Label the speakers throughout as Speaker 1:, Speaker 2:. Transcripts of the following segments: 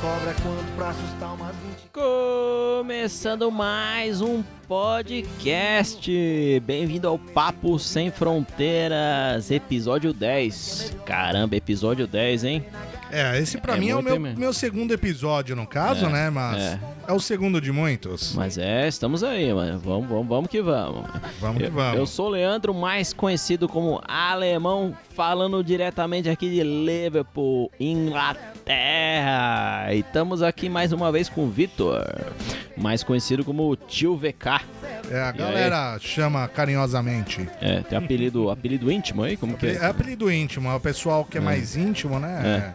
Speaker 1: cobra quanto pra assustar umas 20.
Speaker 2: Começando mais um podcast. Bem-vindo ao Papo Sem Fronteiras, episódio 10. Caramba, episódio 10, hein?
Speaker 3: É, esse pra
Speaker 2: É
Speaker 3: mim é o
Speaker 2: muito,
Speaker 3: meu,
Speaker 2: hein, mesmo?
Speaker 3: meu segundo episódio, no caso, né? Mas
Speaker 2: é.
Speaker 3: é. o segundo de muitos.
Speaker 2: Mas é, estamos aí, mano. Vamos, vamos, vamos que vamos.
Speaker 3: Vamos que
Speaker 2: Eu-
Speaker 3: vamos.
Speaker 2: Eu sou o Leandro, mais conhecido como Alemão, falando diretamente aqui de Liverpool, Inglaterra. E estamos aqui mais uma vez com o Vitor, mais conhecido como Tio VK.
Speaker 3: É, a galera chama carinhosamente.
Speaker 2: É, tem apelido, apelido íntimo aí? Como que
Speaker 3: É
Speaker 2: é?
Speaker 3: apelido íntimo, é o pessoal que é, mais íntimo,
Speaker 2: É.
Speaker 3: né?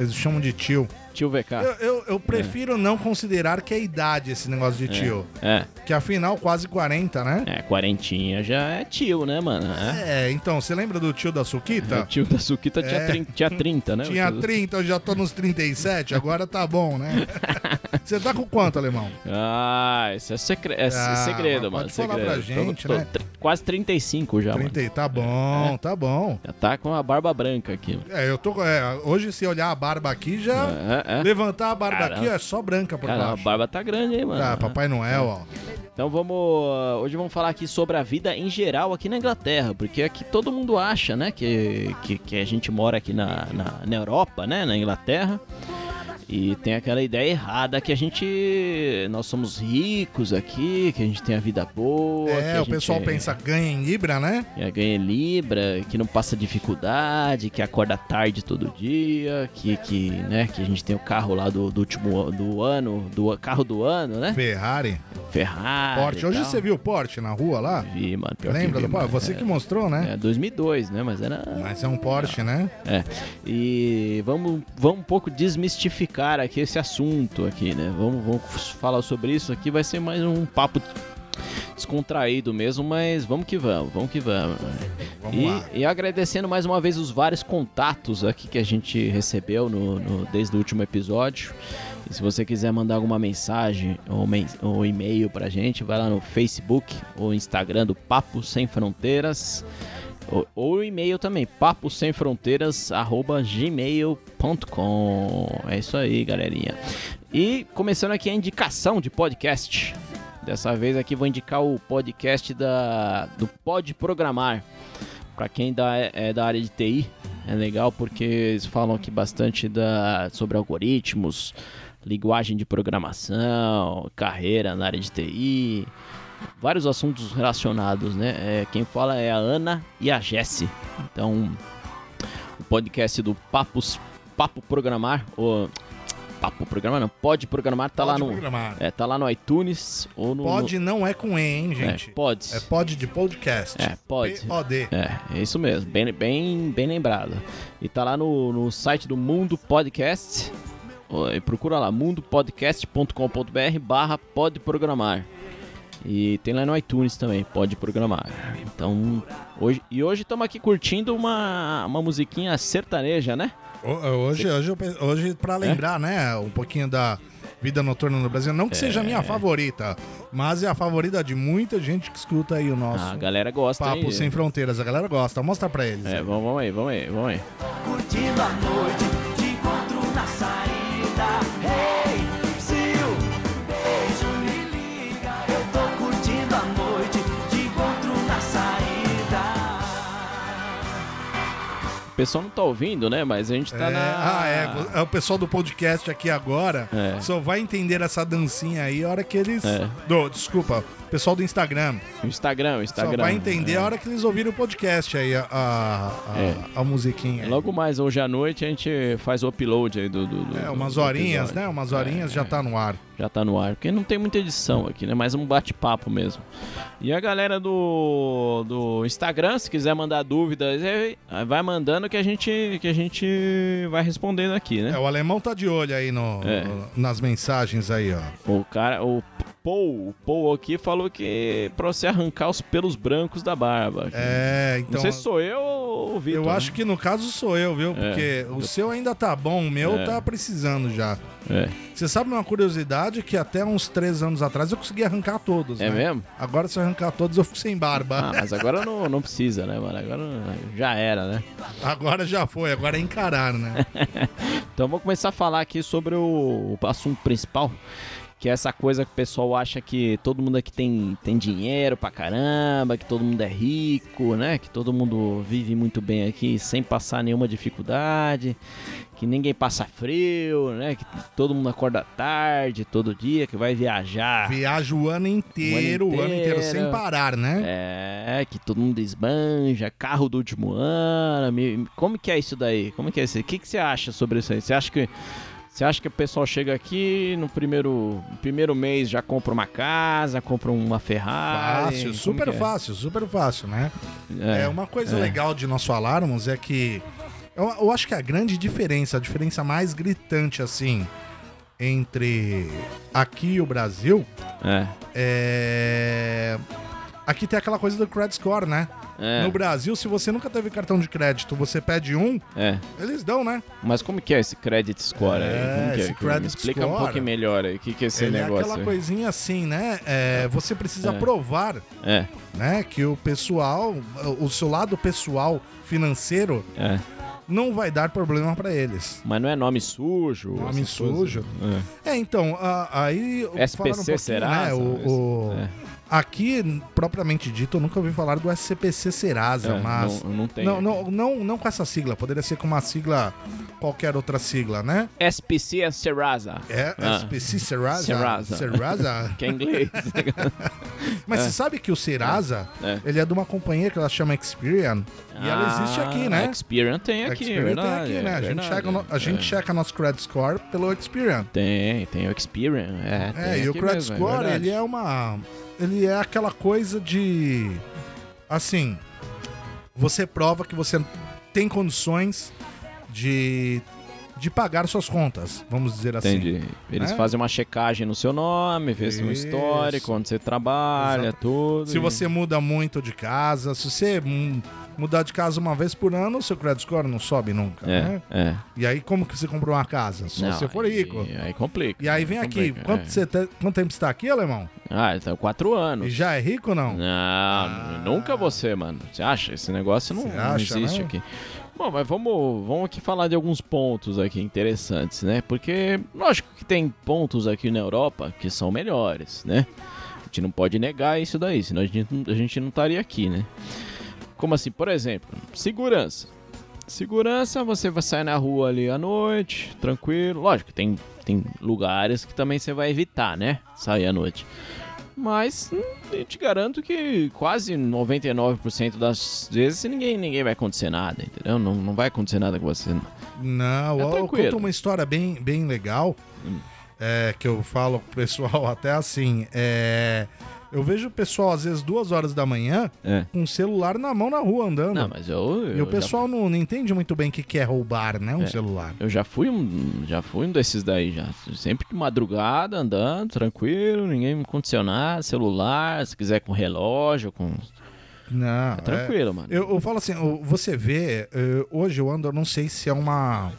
Speaker 3: Eles chamam de tio.
Speaker 2: Tio
Speaker 3: Eu,
Speaker 2: VK.
Speaker 3: eu- eu prefiro não considerar que é idade esse negócio de tio.
Speaker 2: É,
Speaker 3: Que afinal, quase 40, né?
Speaker 2: é, quarentinha já é tio, né, mano? É.
Speaker 3: É, então, você lembra do tio da
Speaker 2: O
Speaker 3: Suquita?
Speaker 2: tio da Suquita tinha,
Speaker 3: É.
Speaker 2: 30, tinha 30, né? O
Speaker 3: Tinha
Speaker 2: tio do-
Speaker 3: 30, eu já tô nos 37, agora tá bom, né? Você tá com quanto, alemão?
Speaker 2: Ah, isso é, secre... é
Speaker 3: Ah,
Speaker 2: segredo,
Speaker 3: mas
Speaker 2: mano.
Speaker 3: pode falar
Speaker 2: segredo.
Speaker 3: pra gente, né?
Speaker 2: tr- Quase 35 já, mano.
Speaker 3: 30, tá
Speaker 2: É.
Speaker 3: bom, tá bom.
Speaker 2: Já tá com a barba branca aqui, mano.
Speaker 3: É, eu tô. é, hoje, se olhar a barba aqui, já.
Speaker 2: É, é.
Speaker 3: Levantar a barba
Speaker 2: Caramba.
Speaker 3: aqui é só branca por
Speaker 2: Cara, a
Speaker 3: baixo.
Speaker 2: barba tá grande, hein, mano.
Speaker 3: Tá, Papai Noel, ó.
Speaker 2: Então vamos. Hoje vamos falar aqui sobre a vida em geral aqui na Inglaterra, porque aqui todo mundo acha, né, que, que, que a gente mora aqui na, na, na Europa, né, na Inglaterra. E tem aquela ideia errada que a gente. Nós somos ricos aqui, que a gente tem a vida boa. que
Speaker 3: É,
Speaker 2: a
Speaker 3: o pessoal
Speaker 2: gente-
Speaker 3: pensa, ganha em Libra, né?
Speaker 2: É, ganha em libra, que não passa dificuldade, que acorda tarde todo dia, que, que, né, que a gente tem o carro lá do, do último an- do ano, do a- carro do ano, né?
Speaker 3: Ferrari.
Speaker 2: Ferrari. e
Speaker 3: Porsche. Hoje
Speaker 2: tal.
Speaker 3: você viu o Porsche na rua lá?
Speaker 2: Vi, mano. Ah, Pior
Speaker 3: Lembra
Speaker 2: que vi,
Speaker 3: do Porsche?
Speaker 2: mano.
Speaker 3: Você que mostrou, né?
Speaker 2: É, 2002, né? Mas era.
Speaker 3: Mas é um Porsche, né?
Speaker 2: É. E vamos, vamos um pouco desmistificar aqui esse assunto aqui, né? Vamos, vamos falar sobre isso aqui. Vai ser mais um papo descontraído mesmo, mas vamos que vamos, vamos que vamos.
Speaker 3: Vamos
Speaker 2: E,
Speaker 3: lá.
Speaker 2: e agradecendo mais uma vez os vários contatos aqui que a gente recebeu no, no- desde o último episódio. E se você quiser mandar alguma mensagem ou, men- ou e-mail pra gente, vai lá no Facebook ou Instagram do Papo Sem Fronteiras. Ou, ou e-mail também, papo sem fronteiras, arroba gmail.com. É isso aí, galerinha. E começando aqui a indicação de podcast. Dessa vez aqui vou indicar o podcast da, do Pode Programar. Pra quem da, é da área de TI, é legal porque eles falam aqui bastante da, sobre algoritmos, linguagem de programação, carreira na área de TI, vários assuntos relacionados, né? É, quem fala é a Ana e a Jesse. Então, o podcast do Papos, Papo Programar, ou Papo Programar não, Pode Programar, tá lá
Speaker 3: Pode
Speaker 2: no...
Speaker 3: programar.
Speaker 2: É, tá lá no iTunes ou no.
Speaker 3: Pode não é com E, hein,
Speaker 2: no... é,
Speaker 3: gente?
Speaker 2: pode.
Speaker 3: É pod de podcast.
Speaker 2: É, pode.
Speaker 3: P-O-D.
Speaker 2: É, é isso mesmo, bem, bem, bem lembrado. E tá lá no, no site do Mundo Podcast. Ó, e Procura lá, mundopodcast.com.br barra pode programar. E tem lá no iTunes também, pode programar. Então, hoje, e hoje estamos aqui curtindo uma, uma musiquinha sertaneja, né?
Speaker 3: Ho- eh, Hoje, hoje, eu pe- hoje pra lembrar, né, um pouquinho da vida noturna no Brasil,
Speaker 2: É.
Speaker 3: não que seja a minha favorita, mas é a favorita de muita gente que escuta aí o nosso
Speaker 2: a galera gosta,
Speaker 3: Papo
Speaker 2: hein?
Speaker 3: Sem Fronteiras. A galera gosta, mostra pra eles.
Speaker 2: É, vamos, vamos aí, vamos aí, vamos aí.
Speaker 1: Curtindo a noite, te encontro na saída. Hey, Psyu, beijo, me liga. Eu tô curtindo a noite, te encontro na saída.
Speaker 2: O pessoal não tá ouvindo, né? Mas a gente tá
Speaker 3: É,
Speaker 2: na.
Speaker 3: Ah, é, vo- é, O pessoal do podcast aqui agora
Speaker 2: É.
Speaker 3: só vai entender essa dancinha aí a hora que eles.
Speaker 2: É.
Speaker 3: Do, desculpa, o pessoal do Instagram,
Speaker 2: O Instagram, o Instagram.
Speaker 3: só vai entender
Speaker 2: É.
Speaker 3: a hora que eles ouviram o podcast aí, a, a, a-
Speaker 2: É.
Speaker 3: a musiquinha. aí.
Speaker 2: Logo mais hoje à noite a gente faz o upload aí do. do, do-
Speaker 3: É, umas
Speaker 2: do
Speaker 3: horinhas,
Speaker 2: episódio.
Speaker 3: né? Umas horinhas
Speaker 2: É,
Speaker 3: já
Speaker 2: é.
Speaker 3: tá no ar.
Speaker 2: Já tá no ar, porque não tem muita edição aqui, né? Mais um bate-papo mesmo. E a galera do, do Instagram, se quiser mandar dúvidas, é, vai mandando que a gente, que a gente vai respondendo aqui, né?
Speaker 3: É, o alemão tá de olho aí no,
Speaker 2: É.
Speaker 3: nas mensagens aí, ó.
Speaker 2: O cara, o Paul, o Paul aqui falou que pra você arrancar os pelos brancos da barba.
Speaker 3: É,
Speaker 2: Não
Speaker 3: então.
Speaker 2: sei se sou eu ou o Vitor. né?
Speaker 3: Eu acho que no caso sou eu, viu? Porque o seu ainda tá bom, o meu
Speaker 2: É.
Speaker 3: tá precisando já.
Speaker 2: É.
Speaker 3: Você sabe uma curiosidade que até uns três anos atrás eu consegui arrancar todos,
Speaker 2: É
Speaker 3: né?
Speaker 2: mesmo?
Speaker 3: Agora se eu arrancar todos eu fico sem
Speaker 2: Ah,
Speaker 3: barba.
Speaker 2: mas agora não, não precisa, né, mano? Agora não- já era, né?
Speaker 3: Agora já foi, agora é encarar, né?
Speaker 2: Então vamos começar a falar aqui sobre o, o assunto principal, que é essa coisa que o pessoal acha que todo mundo aqui tem, tem dinheiro pra caramba, que todo mundo é rico, né? Que todo mundo vive muito bem aqui sem passar nenhuma dificuldade, que ninguém passa frio, né? Que todo mundo acorda tarde, todo dia, que vai viajar.
Speaker 3: Viaja o ano inteiro, o ano inteiro, sem
Speaker 2: inteiro.
Speaker 3: parar, né?
Speaker 2: É, que todo mundo esbanja, carro do último ano. me- Como que é isso daí? Como que é isso? aí? O que, que você acha sobre isso aí? Você acha que você acha que o pessoal chega aqui no primeiro primeiro mês já compra uma casa, compra uma Ferrari?
Speaker 3: Fácil,
Speaker 2: como
Speaker 3: super
Speaker 2: que é?
Speaker 3: fácil, super fácil, né?
Speaker 2: É,
Speaker 3: É, uma coisa legal de nós falarmos é que eu, eu acho que a grande diferença, a diferença mais gritante assim entre aqui e o Brasil
Speaker 2: é,
Speaker 3: é aqui tem aquela coisa do credit score, né?
Speaker 2: é,
Speaker 3: No Brasil, se você nunca teve cartão de crédito, você pede um,
Speaker 2: é.
Speaker 3: eles dão, né?
Speaker 2: Mas como que é esse credit score
Speaker 3: É,
Speaker 2: aí? Como que
Speaker 3: esse
Speaker 2: é? que- me
Speaker 3: credit
Speaker 2: Explica um
Speaker 3: score-
Speaker 2: pouquinho melhor aí. O que, que é esse
Speaker 3: Ele é
Speaker 2: negócio?
Speaker 3: aquela
Speaker 2: aí?
Speaker 3: coisinha assim, né? É, você precisa
Speaker 2: É.
Speaker 3: provar,
Speaker 2: É,
Speaker 3: né, que o pessoal, o seu lado pessoal financeiro
Speaker 2: é.
Speaker 3: não vai dar problema pra eles.
Speaker 2: Mas não é nome sujo?
Speaker 3: Nome
Speaker 2: essas coisas?
Speaker 3: sujo. É, então, a- aí eu
Speaker 2: SPC
Speaker 3: falar pouquinho,
Speaker 2: Serasa,
Speaker 3: né, o, o-
Speaker 2: é.
Speaker 3: aqui propriamente dito, eu nunca ouvi falar do SCPC
Speaker 2: É,
Speaker 3: Serasa,
Speaker 2: é,
Speaker 3: mas
Speaker 2: não, não tem.
Speaker 3: não, não, não, não com essa sigla, poderia ser com uma sigla qualquer outra sigla, né?
Speaker 2: SPC é Serasa.
Speaker 3: É,
Speaker 2: Ah.
Speaker 3: SPC Serasa.
Speaker 2: Serasa.
Speaker 3: Serasa.
Speaker 2: Que é inglês.
Speaker 3: Mas você sabe que o Serasa,
Speaker 2: É.
Speaker 3: ele é de uma companhia que ela chama Experian. E ela existe aqui, né?
Speaker 2: Ah, Experian tem aqui,
Speaker 3: Experian
Speaker 2: verdade. é
Speaker 3: tem aqui, né? A gente,
Speaker 2: verdade,
Speaker 3: checa, no- a gente
Speaker 2: é.
Speaker 3: checa nosso credit score pelo Experian.
Speaker 2: Tem, tem o Experian. É,
Speaker 3: É,
Speaker 2: tem
Speaker 3: e o
Speaker 2: aqui
Speaker 3: credit
Speaker 2: mesmo,
Speaker 3: score,
Speaker 2: verdade.
Speaker 3: ele é uma... Ele é aquela coisa de... Assim, você prova que você tem condições de, de pagar suas contas, vamos dizer assim.
Speaker 2: Entendi. Eles
Speaker 3: né?
Speaker 2: fazem uma checagem no seu nome, vê se no
Speaker 3: Isso.
Speaker 2: histórico, onde você trabalha,
Speaker 3: Exato.
Speaker 2: tudo.
Speaker 3: Se
Speaker 2: e-
Speaker 3: você muda muito de casa, se você hum, mudar de casa uma vez por ano, o seu credit score não sobe nunca,
Speaker 2: É,
Speaker 3: né?
Speaker 2: é.
Speaker 3: E aí como que você comprou uma casa? Só
Speaker 2: Não,
Speaker 3: se você for
Speaker 2: aí-
Speaker 3: rico.
Speaker 2: Aí, complica.
Speaker 3: E aí vem aqui,
Speaker 2: complica,
Speaker 3: quanto,
Speaker 2: é.
Speaker 3: você te- quanto tempo você está aqui, alemão?
Speaker 2: Ah, então quatro anos.
Speaker 3: E já é rico ou não? Ah.
Speaker 2: Não, nunca você, mano. Você acha? Esse negócio não,
Speaker 3: Você
Speaker 2: não
Speaker 3: acha,
Speaker 2: existe
Speaker 3: não?
Speaker 2: aqui. Bom, mas vamos, vamos aqui falar de alguns pontos aqui interessantes, né? Porque, lógico que tem pontos aqui na Europa que são melhores, né? A gente não pode negar isso daí, senão a gente, não- a gente não estaria aqui, né? Como assim? Por exemplo, segurança. Segurança, você vai sair na rua ali à noite, tranquilo. Lógico, tem, tem lugares que também você vai evitar, né? Sair à noite. Mas hum, eu te garanto que quase 99% das vezes ninguém, ninguém vai acontecer nada, entendeu? Não, não vai acontecer nada com você.
Speaker 3: Não,
Speaker 2: É
Speaker 3: eu- eu
Speaker 2: tranquilo. Hum.
Speaker 3: conto uma história bem, bem legal, é, que eu falo pro pessoal até assim, é, eu vejo o pessoal às vezes duas horas da manhã
Speaker 2: É.
Speaker 3: com o celular na mão na rua andando.
Speaker 2: Não, mas eu. eu
Speaker 3: e o
Speaker 2: já-
Speaker 3: pessoal não, não entende muito bem o que que é roubar, né, um
Speaker 2: É.
Speaker 3: celular.
Speaker 2: eu já fui um. Já fui um desses daí já. Sempre de madrugada, andando, tranquilo, ninguém me aconteceu nada, celular, se quiser com relógio, com.
Speaker 3: Não, é-
Speaker 2: Tranquilo, mano.
Speaker 3: Eu, eu falo assim, o- você vê, eh, hoje eu ando, eu não sei se é uma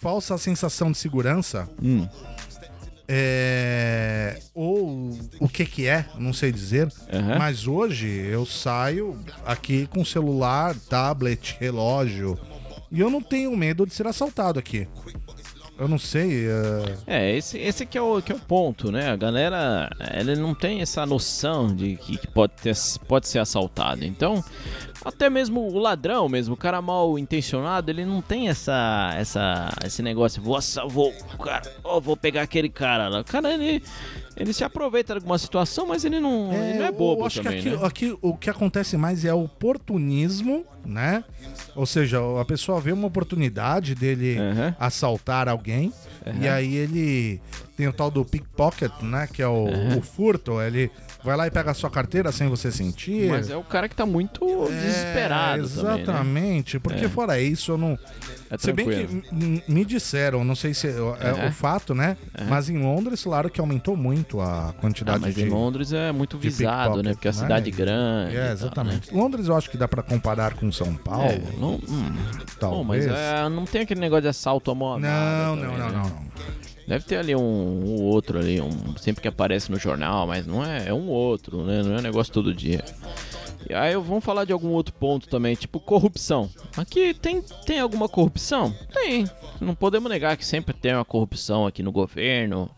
Speaker 3: falsa sensação de segurança
Speaker 2: Hum,
Speaker 3: é, ou o que que é, não sei dizer,
Speaker 2: Aham.
Speaker 3: mas hoje eu saio aqui com celular, tablet, relógio e eu não tenho medo de ser assaltado aqui. Eu não sei. eh,
Speaker 2: É, esse, esse que, é o, que é o ponto, né? A galera ela não tem essa noção de que, que pode, ter, pode ser assaltado. Então, até mesmo o ladrão mesmo, o cara mal intencionado, ele não tem essa, essa, esse negócio, vou salvar o cara, ó, vou pegar aquele cara lá. O cara, ele, ele se aproveita de alguma situação, mas ele não é, ele não é
Speaker 3: eu-
Speaker 2: bobo
Speaker 3: eu acho
Speaker 2: também,
Speaker 3: que aqui,
Speaker 2: né?
Speaker 3: aqui o que acontece mais é o oportunismo, né? Ou seja, a pessoa vê uma oportunidade dele
Speaker 2: né? Aham.
Speaker 3: assaltar alguém e aí ele tem o tal do pickpocket, né? Que é o, o furto. Ele vai lá e pega a sua carteira sem você sentir.
Speaker 2: Mas é o cara que tá muito desesperado também,
Speaker 3: É, Exatamente,
Speaker 2: né?
Speaker 3: porque fora isso eu não.
Speaker 2: É
Speaker 3: Se bem que
Speaker 2: tranquilo.
Speaker 3: m- m- me disseram, não sei se é, é
Speaker 2: Aham.
Speaker 3: o fato, né? Mas em Londres, claro que aumentou muito muito
Speaker 2: É.
Speaker 3: a
Speaker 2: Ah,
Speaker 3: quantidade
Speaker 2: mas
Speaker 3: de.
Speaker 2: em Londres é muito
Speaker 3: de
Speaker 2: visado, né?
Speaker 3: pickpocket,
Speaker 2: Porque é a
Speaker 3: né?
Speaker 2: cidade grande. e
Speaker 3: É,
Speaker 2: tal,
Speaker 3: exatamente. Londres eu acho que dá pra comparar com São Paulo,
Speaker 2: né? É, não, hum, bom, mas
Speaker 3: talvez.
Speaker 2: é, não tem aquele negócio de assalto à mão armada
Speaker 3: Não, não,
Speaker 2: também,
Speaker 3: não,
Speaker 2: né?
Speaker 3: não, não.
Speaker 2: Deve ter ali um, um outro ali, um, sempre que aparece no jornal, mas não é, é um outro, né? Não é um negócio todo dia. E aí eu- vamos falar de algum outro ponto também, tipo corrupção. Aqui tem, tem alguma corrupção? Tem. Não podemos negar que sempre tem uma corrupção aqui no governo.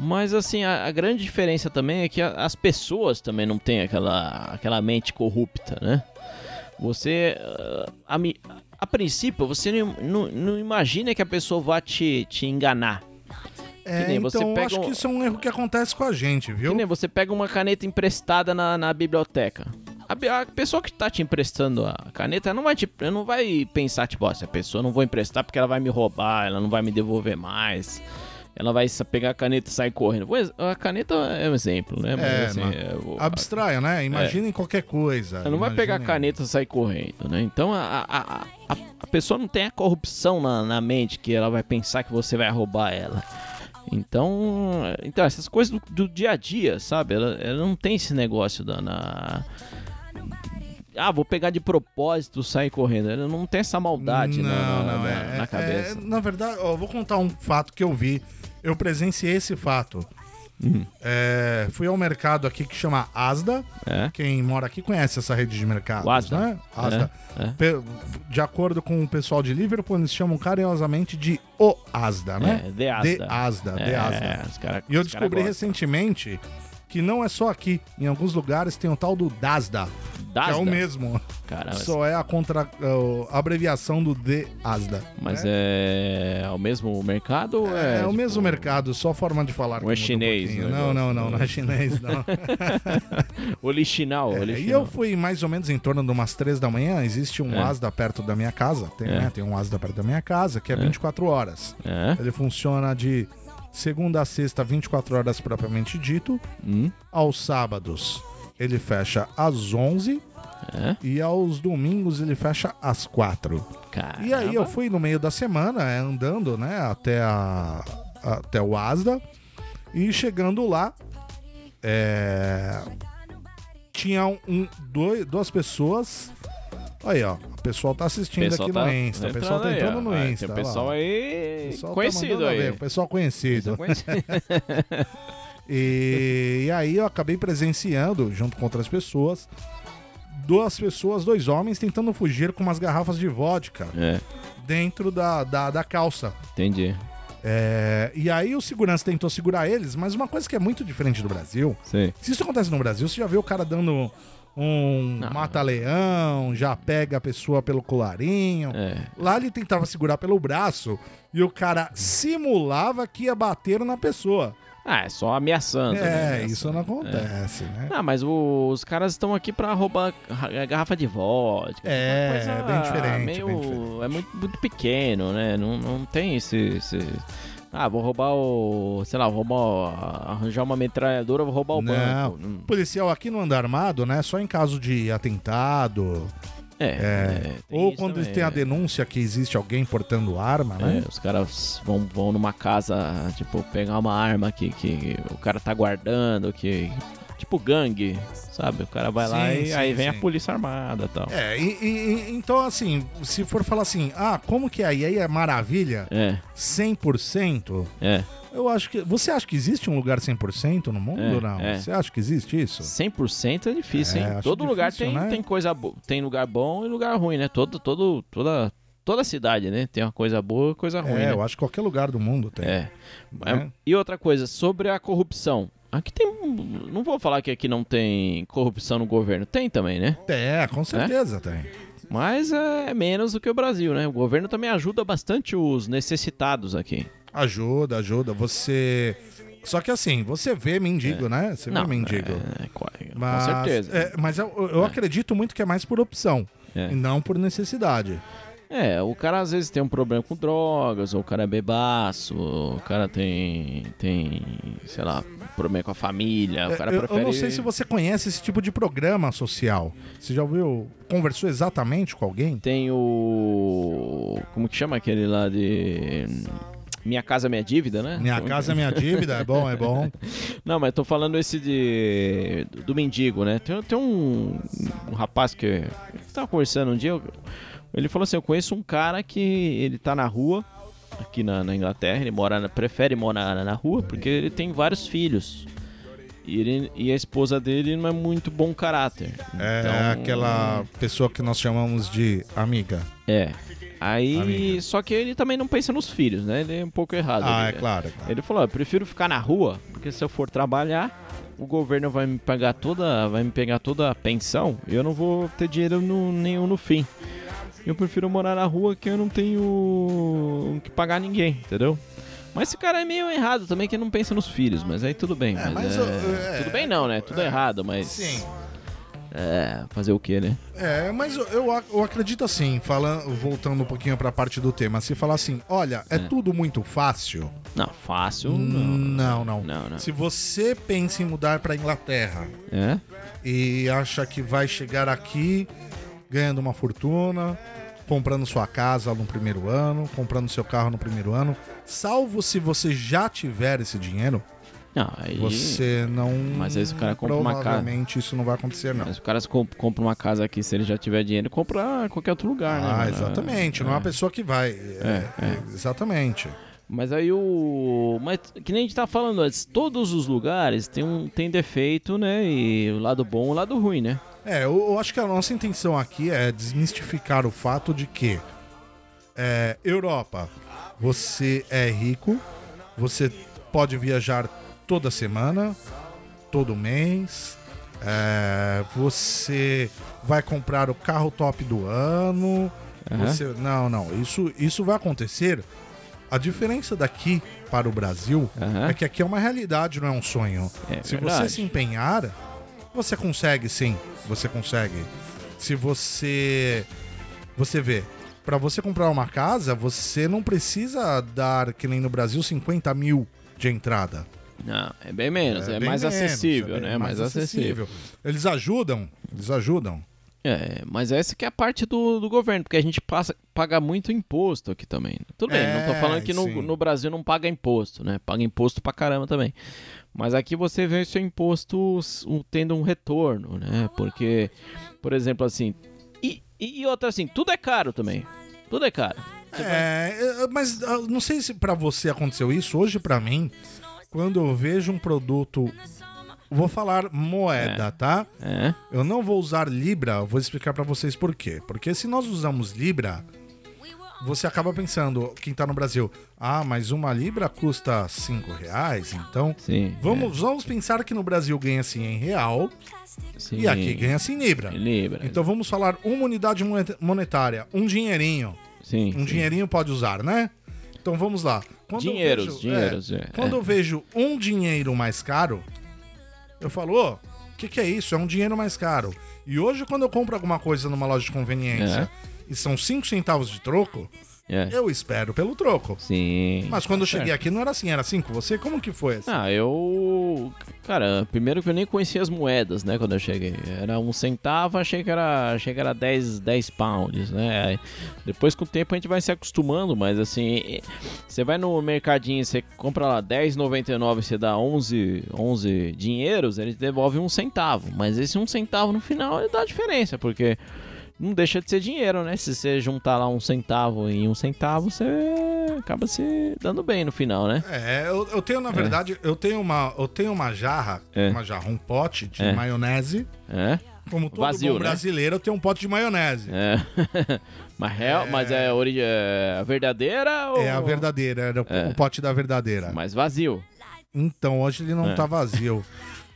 Speaker 2: Mas assim, a, a grande diferença também é que a- as pessoas também não têm aquela, aquela mente corrupta, né? Você. ah, A, mi- a princípio, você não, não, não imagina que a pessoa vá te, te enganar.
Speaker 3: É,
Speaker 2: nem você
Speaker 3: então eu
Speaker 2: pega
Speaker 3: acho
Speaker 2: um-
Speaker 3: que isso é um erro que acontece com a gente, viu?
Speaker 2: Que nem você pega uma caneta emprestada na, na biblioteca. A, bi- a pessoa que tá te emprestando a caneta não vai, te, não vai pensar, tipo, ó, essa pessoa eu não vou emprestar porque ela vai me roubar, ela não vai me devolver mais. Ela vai sa- pegar a caneta e sair correndo. Vou ex- A caneta é um exemplo, né? Mas,
Speaker 3: É,
Speaker 2: assim,
Speaker 3: mas
Speaker 2: é, o- a-
Speaker 3: Abstraia, né? Imaginem qualquer coisa.
Speaker 2: ela não vai pegar a
Speaker 3: imaginem-
Speaker 2: caneta e sair correndo, né? Então a, a, a, a- a pessoa não tem a corrupção na, na mente que ela vai pensar que você vai roubar ela. Então, então essas coisas do, do dia a dia, sabe? Ela, ela não tem esse negócio da. na- Ah, vou pegar de propósito, sair correndo. Ela não tem essa maldade na- né, na, na, na cabeça.
Speaker 3: é- na verdade, ó, eu vou contar um fato que eu vi. Eu presenciei esse fato.
Speaker 2: Uhum.
Speaker 3: É, fui ao mercado aqui que chama Asda.
Speaker 2: É.
Speaker 3: Quem mora aqui conhece essa rede de mercado,
Speaker 2: O Asda.
Speaker 3: né? Asda.
Speaker 2: É, é.
Speaker 3: Pe- De acordo com o pessoal de Liverpool, eles chamam carinhosamente de O Asda, né?
Speaker 2: É, The Asda.
Speaker 3: The Asda, The
Speaker 2: É,
Speaker 3: Asda.
Speaker 2: os cara-
Speaker 3: né? E eu
Speaker 2: os cara
Speaker 3: descobri
Speaker 2: gostam.
Speaker 3: recentemente que não é só aqui. Em alguns lugares tem o tal do Dasda, que é o
Speaker 2: Dasda?
Speaker 3: mesmo.
Speaker 2: Caramba,
Speaker 3: Só é a contra, a abreviação do The Asda.
Speaker 2: Mas
Speaker 3: né?
Speaker 2: é... é o mesmo mercado? ou
Speaker 3: É,
Speaker 2: é,
Speaker 3: o
Speaker 2: tipo,
Speaker 3: mesmo mercado, só a forma de falar. que
Speaker 2: Ou é
Speaker 3: muda um
Speaker 2: chinês,
Speaker 3: pouquinho.
Speaker 2: né?
Speaker 3: Não, não, não, não é chinês, não.
Speaker 2: Orixinal,
Speaker 3: É,
Speaker 2: orixinal.
Speaker 3: e eu fui mais ou menos em torno de umas três da manhã. Existe um
Speaker 2: É.
Speaker 3: Asda perto da minha casa. Tem,
Speaker 2: É.
Speaker 3: né? Tem um Asda perto da minha casa, que é, 24 horas.
Speaker 2: É?
Speaker 3: Ele funciona de segunda a sexta, 24 horas propriamente dito.
Speaker 2: Hum?
Speaker 3: Aos sábados, ele fecha às 11.
Speaker 2: É?
Speaker 3: E aos domingos, ele fecha às 4.
Speaker 2: Caramba.
Speaker 3: E aí eu fui no meio da semana, é, andando, né, até a até o Asda e chegando lá é, tinha um, um- dois, duas pessoas Aí, ó, o pessoal tá assistindo aqui no Insta, o pessoal tá entrando no Insta.
Speaker 2: É, O
Speaker 3: olha lá.
Speaker 2: pessoal aí
Speaker 3: O pessoal tá
Speaker 2: conhecido
Speaker 3: mandando a ver,
Speaker 2: aí.
Speaker 3: o pessoal
Speaker 2: Pessoal
Speaker 3: conhecido.
Speaker 2: conhecido.
Speaker 3: E, e aí eu acabei presenciando, junto com outras pessoas, duas pessoas, dois homens, tentando fugir com umas garrafas de vodka
Speaker 2: é,
Speaker 3: dentro da, da, da calça.
Speaker 2: entendi.
Speaker 3: É, e aí o segurança tentou segurar eles, mas uma coisa que é muito diferente do Brasil,
Speaker 2: Sei.
Speaker 3: se isso acontece no Brasil, você já vê o cara dando um
Speaker 2: Não.
Speaker 3: mata-leão, já pega a pessoa pelo colarinho.
Speaker 2: É.
Speaker 3: Lá ele tentava segurar pelo braço e o cara simulava que ia bater na pessoa.
Speaker 2: Ah, é só ameaçando.
Speaker 3: é,
Speaker 2: né?
Speaker 3: isso não acontece, né?
Speaker 2: Ah, mas o- os caras estão aqui pra roubar ra- é, garrafa de vodka.
Speaker 3: É,
Speaker 2: Coisa
Speaker 3: bem diferente,
Speaker 2: meio-
Speaker 3: bem diferente.
Speaker 2: É muito, muito pequeno, né? Não, não tem esse, esse- Ah, vou roubar o. Sei lá, vou roubar. o- Arranjar uma metralhadora, vou roubar o
Speaker 3: Não.
Speaker 2: banco. Hum,
Speaker 3: O policial aqui não anda armado, né? Só em caso de atentado.
Speaker 2: É.
Speaker 3: É.
Speaker 2: é,
Speaker 3: ou
Speaker 2: isso
Speaker 3: quando
Speaker 2: também,
Speaker 3: tem a
Speaker 2: né?
Speaker 3: denúncia que existe alguém portando arma, né?
Speaker 2: É, os caras vão, vão numa casa, tipo, pegar uma arma que, que o cara tá guardando, que. Tipo gangue, sabe? O cara vai lá
Speaker 3: Sim,
Speaker 2: e
Speaker 3: sim,
Speaker 2: aí vem
Speaker 3: sim.
Speaker 2: a polícia armada e tal.
Speaker 3: É, e- e- e- então assim, se for falar assim, ah, como que é? E aí é maravilha?
Speaker 2: É,
Speaker 3: 100%?
Speaker 2: é.
Speaker 3: Eu acho que. Você acha que existe um lugar 100% no mundo
Speaker 2: É,
Speaker 3: ou não?
Speaker 2: é.
Speaker 3: Você acha que existe isso?
Speaker 2: 100% é difícil,
Speaker 3: É,
Speaker 2: hein?
Speaker 3: acho
Speaker 2: Todo lugar
Speaker 3: difícil,
Speaker 2: tem,
Speaker 3: né?
Speaker 2: tem coisa boa, tem lugar bom e lugar ruim, né? Todo, todo, toda, toda cidade, né? Tem uma coisa boa e coisa ruim,
Speaker 3: é,
Speaker 2: né?
Speaker 3: eu acho que qualquer lugar do mundo tem.
Speaker 2: É.
Speaker 3: né?
Speaker 2: E outra coisa, sobre a corrupção. Aqui tem. um- Não vou falar que aqui não tem corrupção no governo. Tem também, né?
Speaker 3: É, com certeza tem.
Speaker 2: Mas é menos do que o Brasil, né? O governo também ajuda bastante os necessitados aqui.
Speaker 3: Ajuda, ajuda. Você. Só que assim, você vê mendigo, né? Você
Speaker 2: É. não,
Speaker 3: vê mendigo.
Speaker 2: é, é, co-
Speaker 3: Mas,
Speaker 2: com certeza.
Speaker 3: é, mas eu, eu acredito muito que é mais por opção
Speaker 2: É.
Speaker 3: e não por necessidade.
Speaker 2: É, o cara às vezes tem um problema com drogas, ou o cara é bebaço, ou o cara tem, tem, sei lá, problema com a família, o cara
Speaker 3: É, eu, eu
Speaker 2: prefere...
Speaker 3: não sei se você conhece esse tipo de programa social. Você já ouviu? Conversou exatamente com alguém?
Speaker 2: Tem o... como que chama aquele lá de... Minha Casa Minha Dívida, né?
Speaker 3: Minha
Speaker 2: Como-
Speaker 3: casa, minha dívida, é bom, é bom.
Speaker 2: Então, Não, mas tô falando esse de. do mendigo, né? Tem, tem um, um rapaz que. Eu tava conversando um dia. eu- Ele falou assim: Eu conheço um cara que ele tá na rua, aqui na, na Inglaterra, ele mora, na- prefere morar na, na rua, porque ele tem vários filhos. E, ele- e a esposa dele não é muito bom caráter.
Speaker 3: É
Speaker 2: Então,
Speaker 3: aquela pessoa que nós chamamos de amiga.
Speaker 2: É. Aí.
Speaker 3: Amiga.
Speaker 2: Só que ele também não pensa nos filhos, né? Ele é um pouco errado.
Speaker 3: Ah, é
Speaker 2: ele-
Speaker 3: claro. é claro.
Speaker 2: Ele falou: "Ó, eu prefiro ficar na rua, porque se eu for trabalhar, o governo vai me pagar toda, vai me pegar toda a pensão, e eu não vou ter dinheiro no- nenhum no fim. Eu prefiro morar na rua que eu não tenho que pagar ninguém, entendeu? Mas esse cara é meio errado também, que não pensa nos filhos, mas aí tudo bem. mas
Speaker 3: mas
Speaker 2: é-
Speaker 3: eu- é-
Speaker 2: tudo bem não, né? Tudo errado, mas.
Speaker 3: Sim.
Speaker 2: É, fazer o quê, né?
Speaker 3: É, mas eu, eu ac- eu acredito assim, falando, voltando um pouquinho pra parte do tema, se falar assim, olha, é, tudo muito fácil.
Speaker 2: Não, fácil não.
Speaker 3: Não, não.
Speaker 2: Não, não.
Speaker 3: Se você pensa em mudar pra Inglaterra
Speaker 2: É?
Speaker 3: e acha que vai chegar aqui ganhando uma fortuna, comprando sua casa no primeiro ano, comprando seu carro no primeiro ano, salvo se você já tiver esse dinheiro,
Speaker 2: Não, aí.
Speaker 3: você não.
Speaker 2: Mas aí se o cara compra uma casa.
Speaker 3: Provavelmente isso não vai acontecer, não.
Speaker 2: Mas o cara comp- compra uma casa aqui, se ele já tiver dinheiro, compra em qualquer outro lugar, né?
Speaker 3: Ah,
Speaker 2: mano?
Speaker 3: exatamente. Não é uma pessoa que vai. É, Exatamente.
Speaker 2: Mas aí o. Mas que nem a gente tá falando antes, todos os lugares tem, um, tem defeito, né? E o lado bom e o lado ruim, né?
Speaker 3: É, eu, eu acho que a nossa intenção aqui é desmistificar o fato de que é, Europa, você é rico, você pode viajar toda semana, todo mês, é, você vai comprar o carro top do ano.
Speaker 2: Aham.
Speaker 3: você- não, não, isso, isso vai acontecer. A diferença daqui para o Brasil
Speaker 2: Aham.
Speaker 3: é que aqui é uma realidade, não é um sonho.
Speaker 2: É
Speaker 3: Se você
Speaker 2: verdade.
Speaker 3: se empenhar, você consegue sim, você consegue. Se você você vê, pra você comprar uma casa, você não precisa dar que nem no Brasil 50 mil de entrada.
Speaker 2: Não, é bem menos, é,
Speaker 3: bem
Speaker 2: mais
Speaker 3: menos,
Speaker 2: acessível,
Speaker 3: é bem
Speaker 2: né? Mais, acessível.
Speaker 3: Eles ajudam, eles ajudam.
Speaker 2: É, mas essa que é a parte do, do governo, porque a gente passa, paga muito imposto aqui também. Tudo bem, não tô
Speaker 3: É,
Speaker 2: falando que
Speaker 3: sim.
Speaker 2: no, no Brasil não paga imposto, né? Paga imposto pra caramba também. Mas aqui você vê seu imposto s- um- tendo um retorno, né? Porque, por exemplo, assim. E, e e outra assim, tudo é caro também. Tudo é caro.
Speaker 3: É, eh, mas ah, não sei se pra você aconteceu isso. Hoje pra mim, quando eu vejo um produto, vou falar moeda, tá?
Speaker 2: É.
Speaker 3: Eu não vou usar Libra, eu vou explicar pra vocês por quê. Porque se nós usamos Libra, você acaba pensando, quem tá no Brasil, ah, mas uma Libra custa 5 reais, então.
Speaker 2: Sim.
Speaker 3: Vamos, vamos pensar que no Brasil ganha-se em real
Speaker 2: é, sim.
Speaker 3: e aqui ganha-se em Libra.
Speaker 2: Em Libra.
Speaker 3: Então vamos falar uma unidade monet- monetária, um dinheirinho.
Speaker 2: sim,
Speaker 3: Um
Speaker 2: sim.
Speaker 3: dinheirinho pode usar, né? Então vamos lá. Quando eu
Speaker 2: Dinheiros,
Speaker 3: vejo-
Speaker 2: dinheiros,
Speaker 3: é,
Speaker 2: é.
Speaker 3: Quando eu vejo um dinheiro mais caro, eu falo, ô, o que, que é isso? É um dinheiro mais caro. E hoje, quando eu compro alguma coisa numa loja de conveniência e são 5 centavos de troco,
Speaker 2: É.
Speaker 3: eu espero pelo troco.
Speaker 2: Sim.
Speaker 3: Mas quando eu cheguei aqui não era assim, era 5. Você, como que foi? Assim?
Speaker 2: Ah, eu. Cara, primeiro que eu nem conhecia as moedas, né? Quando eu cheguei. Era um centavo, achei que era, achei que era 10, 10 pounds, né? Aí, Depois com o tempo a gente vai se acostumando, mas assim. Você vai no mercadinho, você compra lá 10,99 e você dá 11, 11 dinheiros, ele te devolve um centavo. Mas esse um centavo no final ele dá a diferença, porque. Não deixa de ser dinheiro, né? Se você juntar lá um centavo em um centavo, você acaba se dando bem no final, né?
Speaker 3: É, eu, eu tenho, na verdade, eu tenho uma, eu tenho uma jarra, uma jarra, um pote de
Speaker 2: É.
Speaker 3: maionese.
Speaker 2: É.
Speaker 3: Como todo
Speaker 2: Vazio,
Speaker 3: bom
Speaker 2: né?
Speaker 3: brasileiro, eu tenho um pote de maionese.
Speaker 2: É. mas, real, mas é, a origi- é a verdadeira ou...
Speaker 3: É a verdadeira, era o- o pote da verdadeira.
Speaker 2: É. Mas É. vazio.
Speaker 3: Então, hoje ele não tá vazio.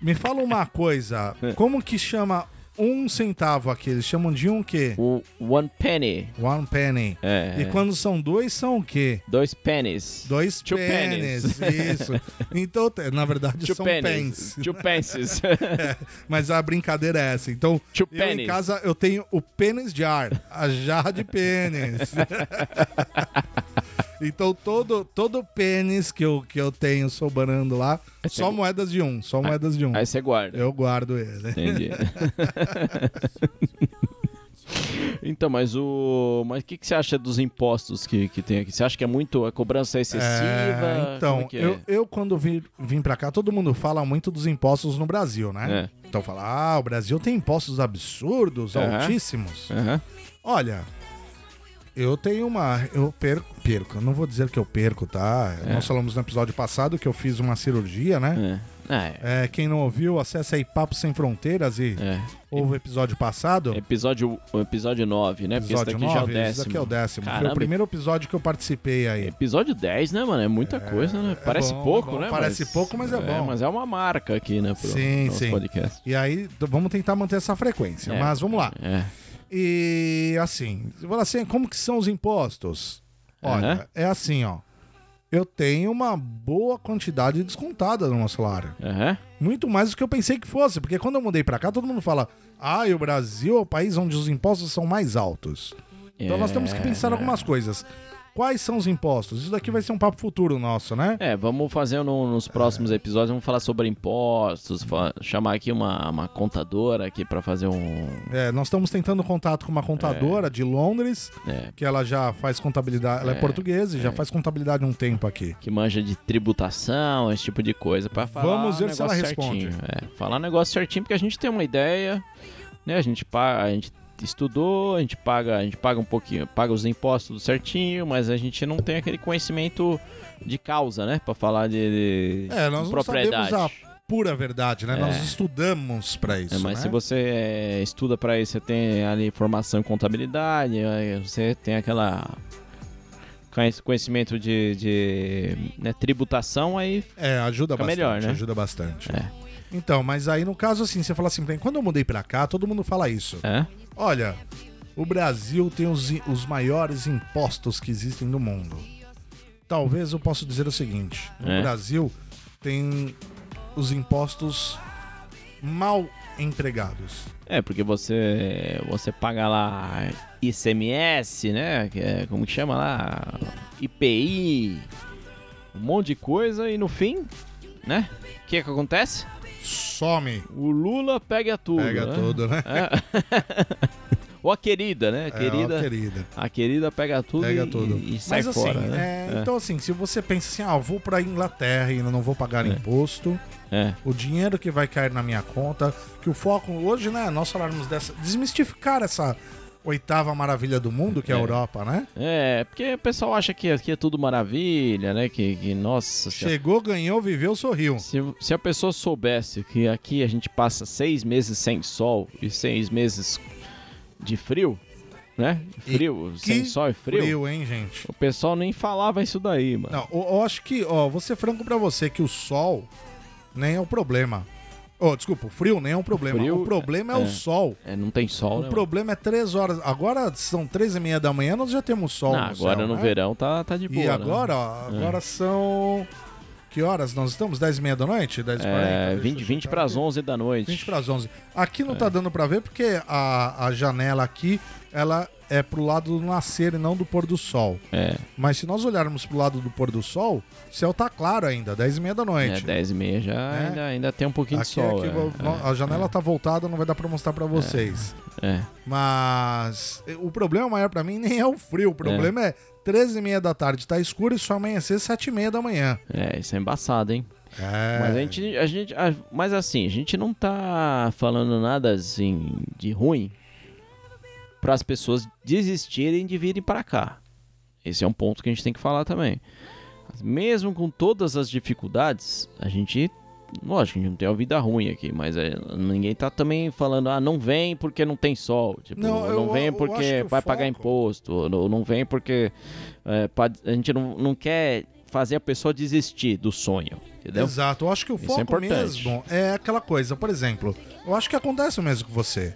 Speaker 3: Me fala uma coisa,
Speaker 2: É.
Speaker 3: como que chama um centavo aqui? Eles chamam de um quê?
Speaker 2: O one penny.
Speaker 3: One penny.
Speaker 2: É.
Speaker 3: E quando são dois, são o quê?
Speaker 2: Dois pennies.
Speaker 3: Dois
Speaker 2: Two
Speaker 3: pennies. Isso. Então, te- na verdade,
Speaker 2: Two
Speaker 3: são
Speaker 2: pennies.
Speaker 3: pens.
Speaker 2: Two pences.
Speaker 3: Mas a brincadeira é essa. Então,
Speaker 2: Two
Speaker 3: eu em
Speaker 2: pennies.
Speaker 3: casa, eu tenho o pênis jar, a jarra de pênis. então, todo, todo pênis que eu, que eu tenho sobrando lá, só
Speaker 2: tem-
Speaker 3: moedas de um, só moedas de um.
Speaker 2: Aí você guarda.
Speaker 3: Eu guardo ele.
Speaker 2: Entendi. Então, mas o. Mas o que, que você acha dos impostos que, que tem aqui? Você acha que é muito. A cobrança é excessiva?
Speaker 3: É, então,
Speaker 2: Como é que é?
Speaker 3: eu, eu quando vim, vim pra cá, todo mundo fala muito dos impostos no Brasil, né? Então fala, ah, o Brasil tem impostos absurdos,
Speaker 2: É. Aham. É.
Speaker 3: altíssimos.
Speaker 2: Aham.
Speaker 3: Olha, eu tenho uma. Eu perco. Perco, eu não vou dizer que eu perco, tá? Nós falamos no episódio passado que eu fiz uma cirurgia, né?
Speaker 2: É. Ah, é.
Speaker 3: É, quem não ouviu, acessa aí Papo Sem Fronteiras e
Speaker 2: É.
Speaker 3: ouve o episódio passado.
Speaker 2: Episódio, o episódio 9, né? Porque esse
Speaker 3: Então. episódio
Speaker 2: daqui já é o
Speaker 3: 9, esse
Speaker 2: décimo.
Speaker 3: daqui é o décimo. Foi
Speaker 2: Caramba.
Speaker 3: o primeiro episódio que eu participei aí.
Speaker 2: Episódio 10, né, mano? É muita coisa, né? Parece
Speaker 3: bom, é
Speaker 2: pouco,
Speaker 3: bom.
Speaker 2: né?
Speaker 3: Parece pouco, mas é bom.
Speaker 2: Mas é uma marca aqui, né? Pro,
Speaker 3: Sim,
Speaker 2: nosso
Speaker 3: sim.
Speaker 2: podcast.
Speaker 3: E aí, t- vamos tentar manter essa frequência.
Speaker 2: É.
Speaker 3: Mas vamos lá.
Speaker 2: É.
Speaker 3: E assim, você fala assim, como que são os impostos? Olha,
Speaker 2: Aham.
Speaker 3: é assim, ó. Eu tenho uma boa quantidade descontada no meu salário.
Speaker 2: Aham.
Speaker 3: Muito mais do que eu pensei que fosse, porque quando eu mudei pra cá, todo mundo fala: "Ah, e o Brasil é o país onde os impostos são mais altos". Então nós temos que pensar
Speaker 2: É.
Speaker 3: algumas coisas. Quais são os impostos? Isso daqui vai ser um papo futuro nosso, né?
Speaker 2: É, vamos fazer no- nos próximos
Speaker 3: É.
Speaker 2: episódios, vamos falar sobre impostos, fa- chamar aqui uma, uma contadora aqui pra fazer um...
Speaker 3: É, nós estamos tentando contato com uma contadora de Londres,
Speaker 2: é,
Speaker 3: que ela já faz contabilidade, ela é,
Speaker 2: É,
Speaker 3: portuguesa e já faz contabilidade há um tempo aqui.
Speaker 2: que manja de tributação, esse tipo de coisa, pra falar
Speaker 3: Vamos ver
Speaker 2: um
Speaker 3: se ela
Speaker 2: negócio
Speaker 3: responde.
Speaker 2: certinho. É, falar um negócio certinho, porque a gente tem uma ideia, né, a gente, pa- a gente estudou, a gente paga, a gente paga um pouquinho, paga os impostos tudo certinho, mas a gente não tem aquele conhecimento de causa, né, Pra falar de, de
Speaker 3: É, nós não
Speaker 2: propriedade.
Speaker 3: sabemos a pura verdade, né?
Speaker 2: É.
Speaker 3: Nós estudamos pra isso,
Speaker 2: É, mas
Speaker 3: né?
Speaker 2: se você é, estuda pra isso, você tem ali formação em contabilidade, aí você tem aquela conhe- conhecimento de, de, né, tributação, aí
Speaker 3: É, ajuda
Speaker 2: Fica
Speaker 3: bastante,
Speaker 2: melhor, né?
Speaker 3: ajuda bastante.
Speaker 2: É.
Speaker 3: Então, mas aí no caso assim, você fala assim, bem, quando eu mudei pra cá, todo mundo fala isso.
Speaker 2: é,
Speaker 3: Olha, o Brasil tem os, i- os maiores impostos que existem no mundo. Talvez eu possa dizer o seguinte,
Speaker 2: É.
Speaker 3: o Brasil tem os impostos mal empregados.
Speaker 2: é porque você você paga lá ICMS, né, que é, como que chama lá, IPI, um monte de coisa e no fim, né, o que que acontece?
Speaker 3: Some,
Speaker 2: O Lula pega tudo,
Speaker 3: pega
Speaker 2: né?
Speaker 3: tudo, né?
Speaker 2: É. Ou a querida, né?
Speaker 3: É, ó,
Speaker 2: querida.
Speaker 3: querida.
Speaker 2: A querida pega tudo,
Speaker 3: Pega
Speaker 2: e,
Speaker 3: tudo.
Speaker 2: e sai
Speaker 3: Mas
Speaker 2: fora,
Speaker 3: assim,
Speaker 2: né?
Speaker 3: é, então assim, se você pensa assim, ah, eu vou pra Inglaterra e ainda não vou pagar imposto,
Speaker 2: É.
Speaker 3: o dinheiro que vai cair na minha conta, que o foco hoje, né, nós falarmos dessa, desmistificar essa oitava maravilha do mundo, que é a
Speaker 2: É.
Speaker 3: Europa, né?
Speaker 2: É, porque o pessoal acha que aqui é tudo maravilha, né? Que, que, nossa, se a,
Speaker 3: Chegou, ganhou, viveu, sorriu.
Speaker 2: se, se a pessoa soubesse que aqui a gente passa seis meses sem sol e seis meses de frio, né?
Speaker 3: E
Speaker 2: Frio, sem
Speaker 3: que
Speaker 2: sol e frio,
Speaker 3: hein, gente?
Speaker 2: O pessoal nem falava isso daí, mano.
Speaker 3: Não, eu, eu acho que, ó, vou ser franco pra você que o sol nem é o problema. Oh, desculpa, o frio nem é um problema.
Speaker 2: frio-
Speaker 3: o problema é,
Speaker 2: é.
Speaker 3: o sol.
Speaker 2: É, não tem sol,
Speaker 3: O
Speaker 2: né? mano?
Speaker 3: problema é três horas. Agora são três e meia da manhã, nós já temos sol.
Speaker 2: Não,
Speaker 3: no
Speaker 2: agora
Speaker 3: céu,
Speaker 2: no
Speaker 3: né?
Speaker 2: verão tá, tá de boa.
Speaker 3: E
Speaker 2: né?
Speaker 3: agora, ó, agora são. Que horas nós estamos? 10 e meia da noite? 10 e 40?
Speaker 2: É,
Speaker 3: Deixa eu
Speaker 2: 20, 20
Speaker 3: checar
Speaker 2: pras É.
Speaker 3: aqui.
Speaker 2: 11 da noite.
Speaker 3: 20 para 11. Aqui não tá dando pra ver porque a, a janela aqui, ela é pro lado do nascer e não do pôr do sol.
Speaker 2: É,
Speaker 3: Mas se nós olharmos pro lado do pôr do sol, o céu tá claro ainda, 10 e meia da
Speaker 2: é
Speaker 3: noite.
Speaker 2: 10 e meia já ainda, ainda tem um pouquinho
Speaker 3: É. aqui,
Speaker 2: de sol.
Speaker 3: aqui,
Speaker 2: é,
Speaker 3: vo- no- a janela tá voltada, não vai dar pra mostrar pra vocês.
Speaker 2: é.
Speaker 3: Mas eh, o problema maior pra mim nem é o frio, o problema é 13 e meia da tarde, tá escuro e só amanhecer 7 e meia da manhã.
Speaker 2: É, isso é embaçado, hein?
Speaker 3: É,
Speaker 2: Mas a gente, a gente, a- mas assim, a gente não tá falando nada assim de ruim para as pessoas desistirem de virem para cá. Esse é um ponto que a gente tem que falar também. Mesmo com todas as dificuldades, a gente, lógico, a gente não tem uma vida ruim aqui, mas é, ninguém tá também falando, ah, não vem porque não tem sol, tipo,
Speaker 3: Não,
Speaker 2: não,
Speaker 3: eu-
Speaker 2: vem
Speaker 3: eu acho
Speaker 2: porque
Speaker 3: que
Speaker 2: vai
Speaker 3: o
Speaker 2: pagar
Speaker 3: foco-
Speaker 2: imposto, ou não, não vem porque é, pa- a gente não, não quer fazer a pessoa desistir do sonho, entendeu?
Speaker 3: Exato, eu acho que o
Speaker 2: Isso é
Speaker 3: foco
Speaker 2: importante.
Speaker 3: mesmo é aquela coisa, por exemplo, eu acho que acontece o mesmo com você.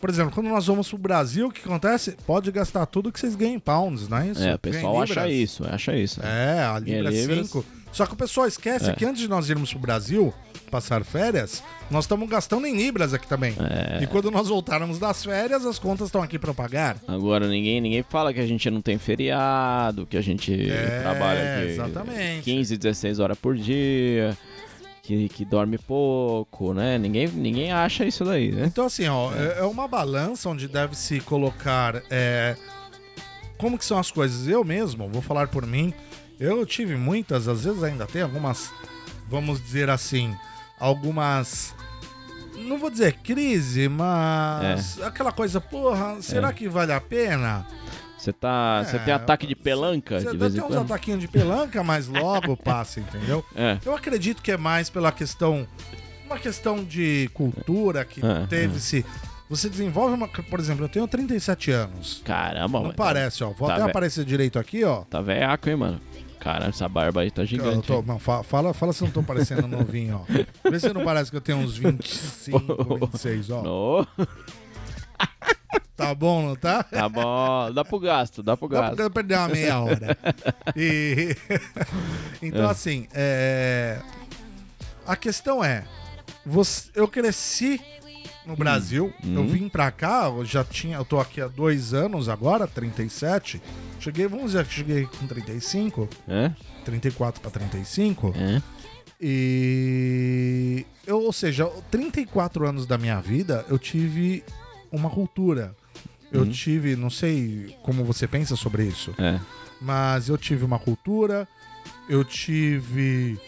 Speaker 3: Por exemplo, quando nós vamos pro Brasil, o que acontece? Pode gastar tudo que vocês ganham em pounds, não é isso?
Speaker 2: É, o
Speaker 3: Ganha em
Speaker 2: pessoal acha
Speaker 3: libras.
Speaker 2: isso, acha isso. né?
Speaker 3: É, a Libra
Speaker 2: Ganha em libras.
Speaker 3: 5. Só que o pessoal esquece que antes de nós irmos pro Brasil passar férias, nós estamos gastando em Libras aqui também. E quando nós voltarmos das férias, as contas estão aqui para pagar.
Speaker 2: Agora ninguém, ninguém fala que a gente não tem feriado, que a gente
Speaker 3: É,
Speaker 2: trabalha aqui
Speaker 3: exatamente.
Speaker 2: 15, 16 horas por dia, que, que dorme pouco, né? Ninguém, ninguém acha isso daí, né?
Speaker 3: Então, assim, ó, é, é uma balança onde deve se colocar é, como que são as coisas. Eu mesmo, vou falar por mim, eu tive muitas, às vezes ainda tem algumas, vamos dizer assim, algumas. Não vou dizer crise, mas aquela coisa, porra, será que vale a pena?
Speaker 2: Você tá, você
Speaker 3: É,
Speaker 2: tem ataque de pelanca
Speaker 3: Você
Speaker 2: de
Speaker 3: dá
Speaker 2: vez em
Speaker 3: até uns
Speaker 2: quando?
Speaker 3: ataquinhos de pelanca, mas logo passa, entendeu?
Speaker 2: É.
Speaker 3: Eu acredito que é mais pela questão. Uma questão de cultura que
Speaker 2: É,
Speaker 3: teve-se. Você desenvolve uma. Por exemplo, eu tenho 37 anos.
Speaker 2: Caramba,
Speaker 3: Não
Speaker 2: mano.
Speaker 3: parece, ó. Vou
Speaker 2: tá
Speaker 3: até
Speaker 2: velho.
Speaker 3: aparecer direito aqui, ó.
Speaker 2: Tá velhaco, hein, mano? Caramba, essa barba aí tá
Speaker 3: Eu
Speaker 2: gigante.
Speaker 3: tô- não, fa- fala, fala se eu não tô parecendo novinho, ó. Vê se não parece que eu tenho uns 25, 26, ó.
Speaker 2: No,
Speaker 3: Tá bom, não tá?
Speaker 2: tá bom, dá pro gasto, dá pro
Speaker 3: Dá
Speaker 2: gasto.
Speaker 3: pra eu perder uma meia hora. E- então, assim, é... a questão é: você- eu cresci no Brasil, eu vim pra cá, eu já tinha, eu tô aqui há dois anos agora, 37. Cheguei, vamos dizer que cheguei com 35,
Speaker 2: É?
Speaker 3: 34 pra 35.
Speaker 2: É?
Speaker 3: E. Eu, ou seja, 34 anos da minha vida eu tive uma cultura. Eu tive, não sei como você pensa sobre isso,
Speaker 2: É.
Speaker 3: mas eu tive uma cultura, eu tive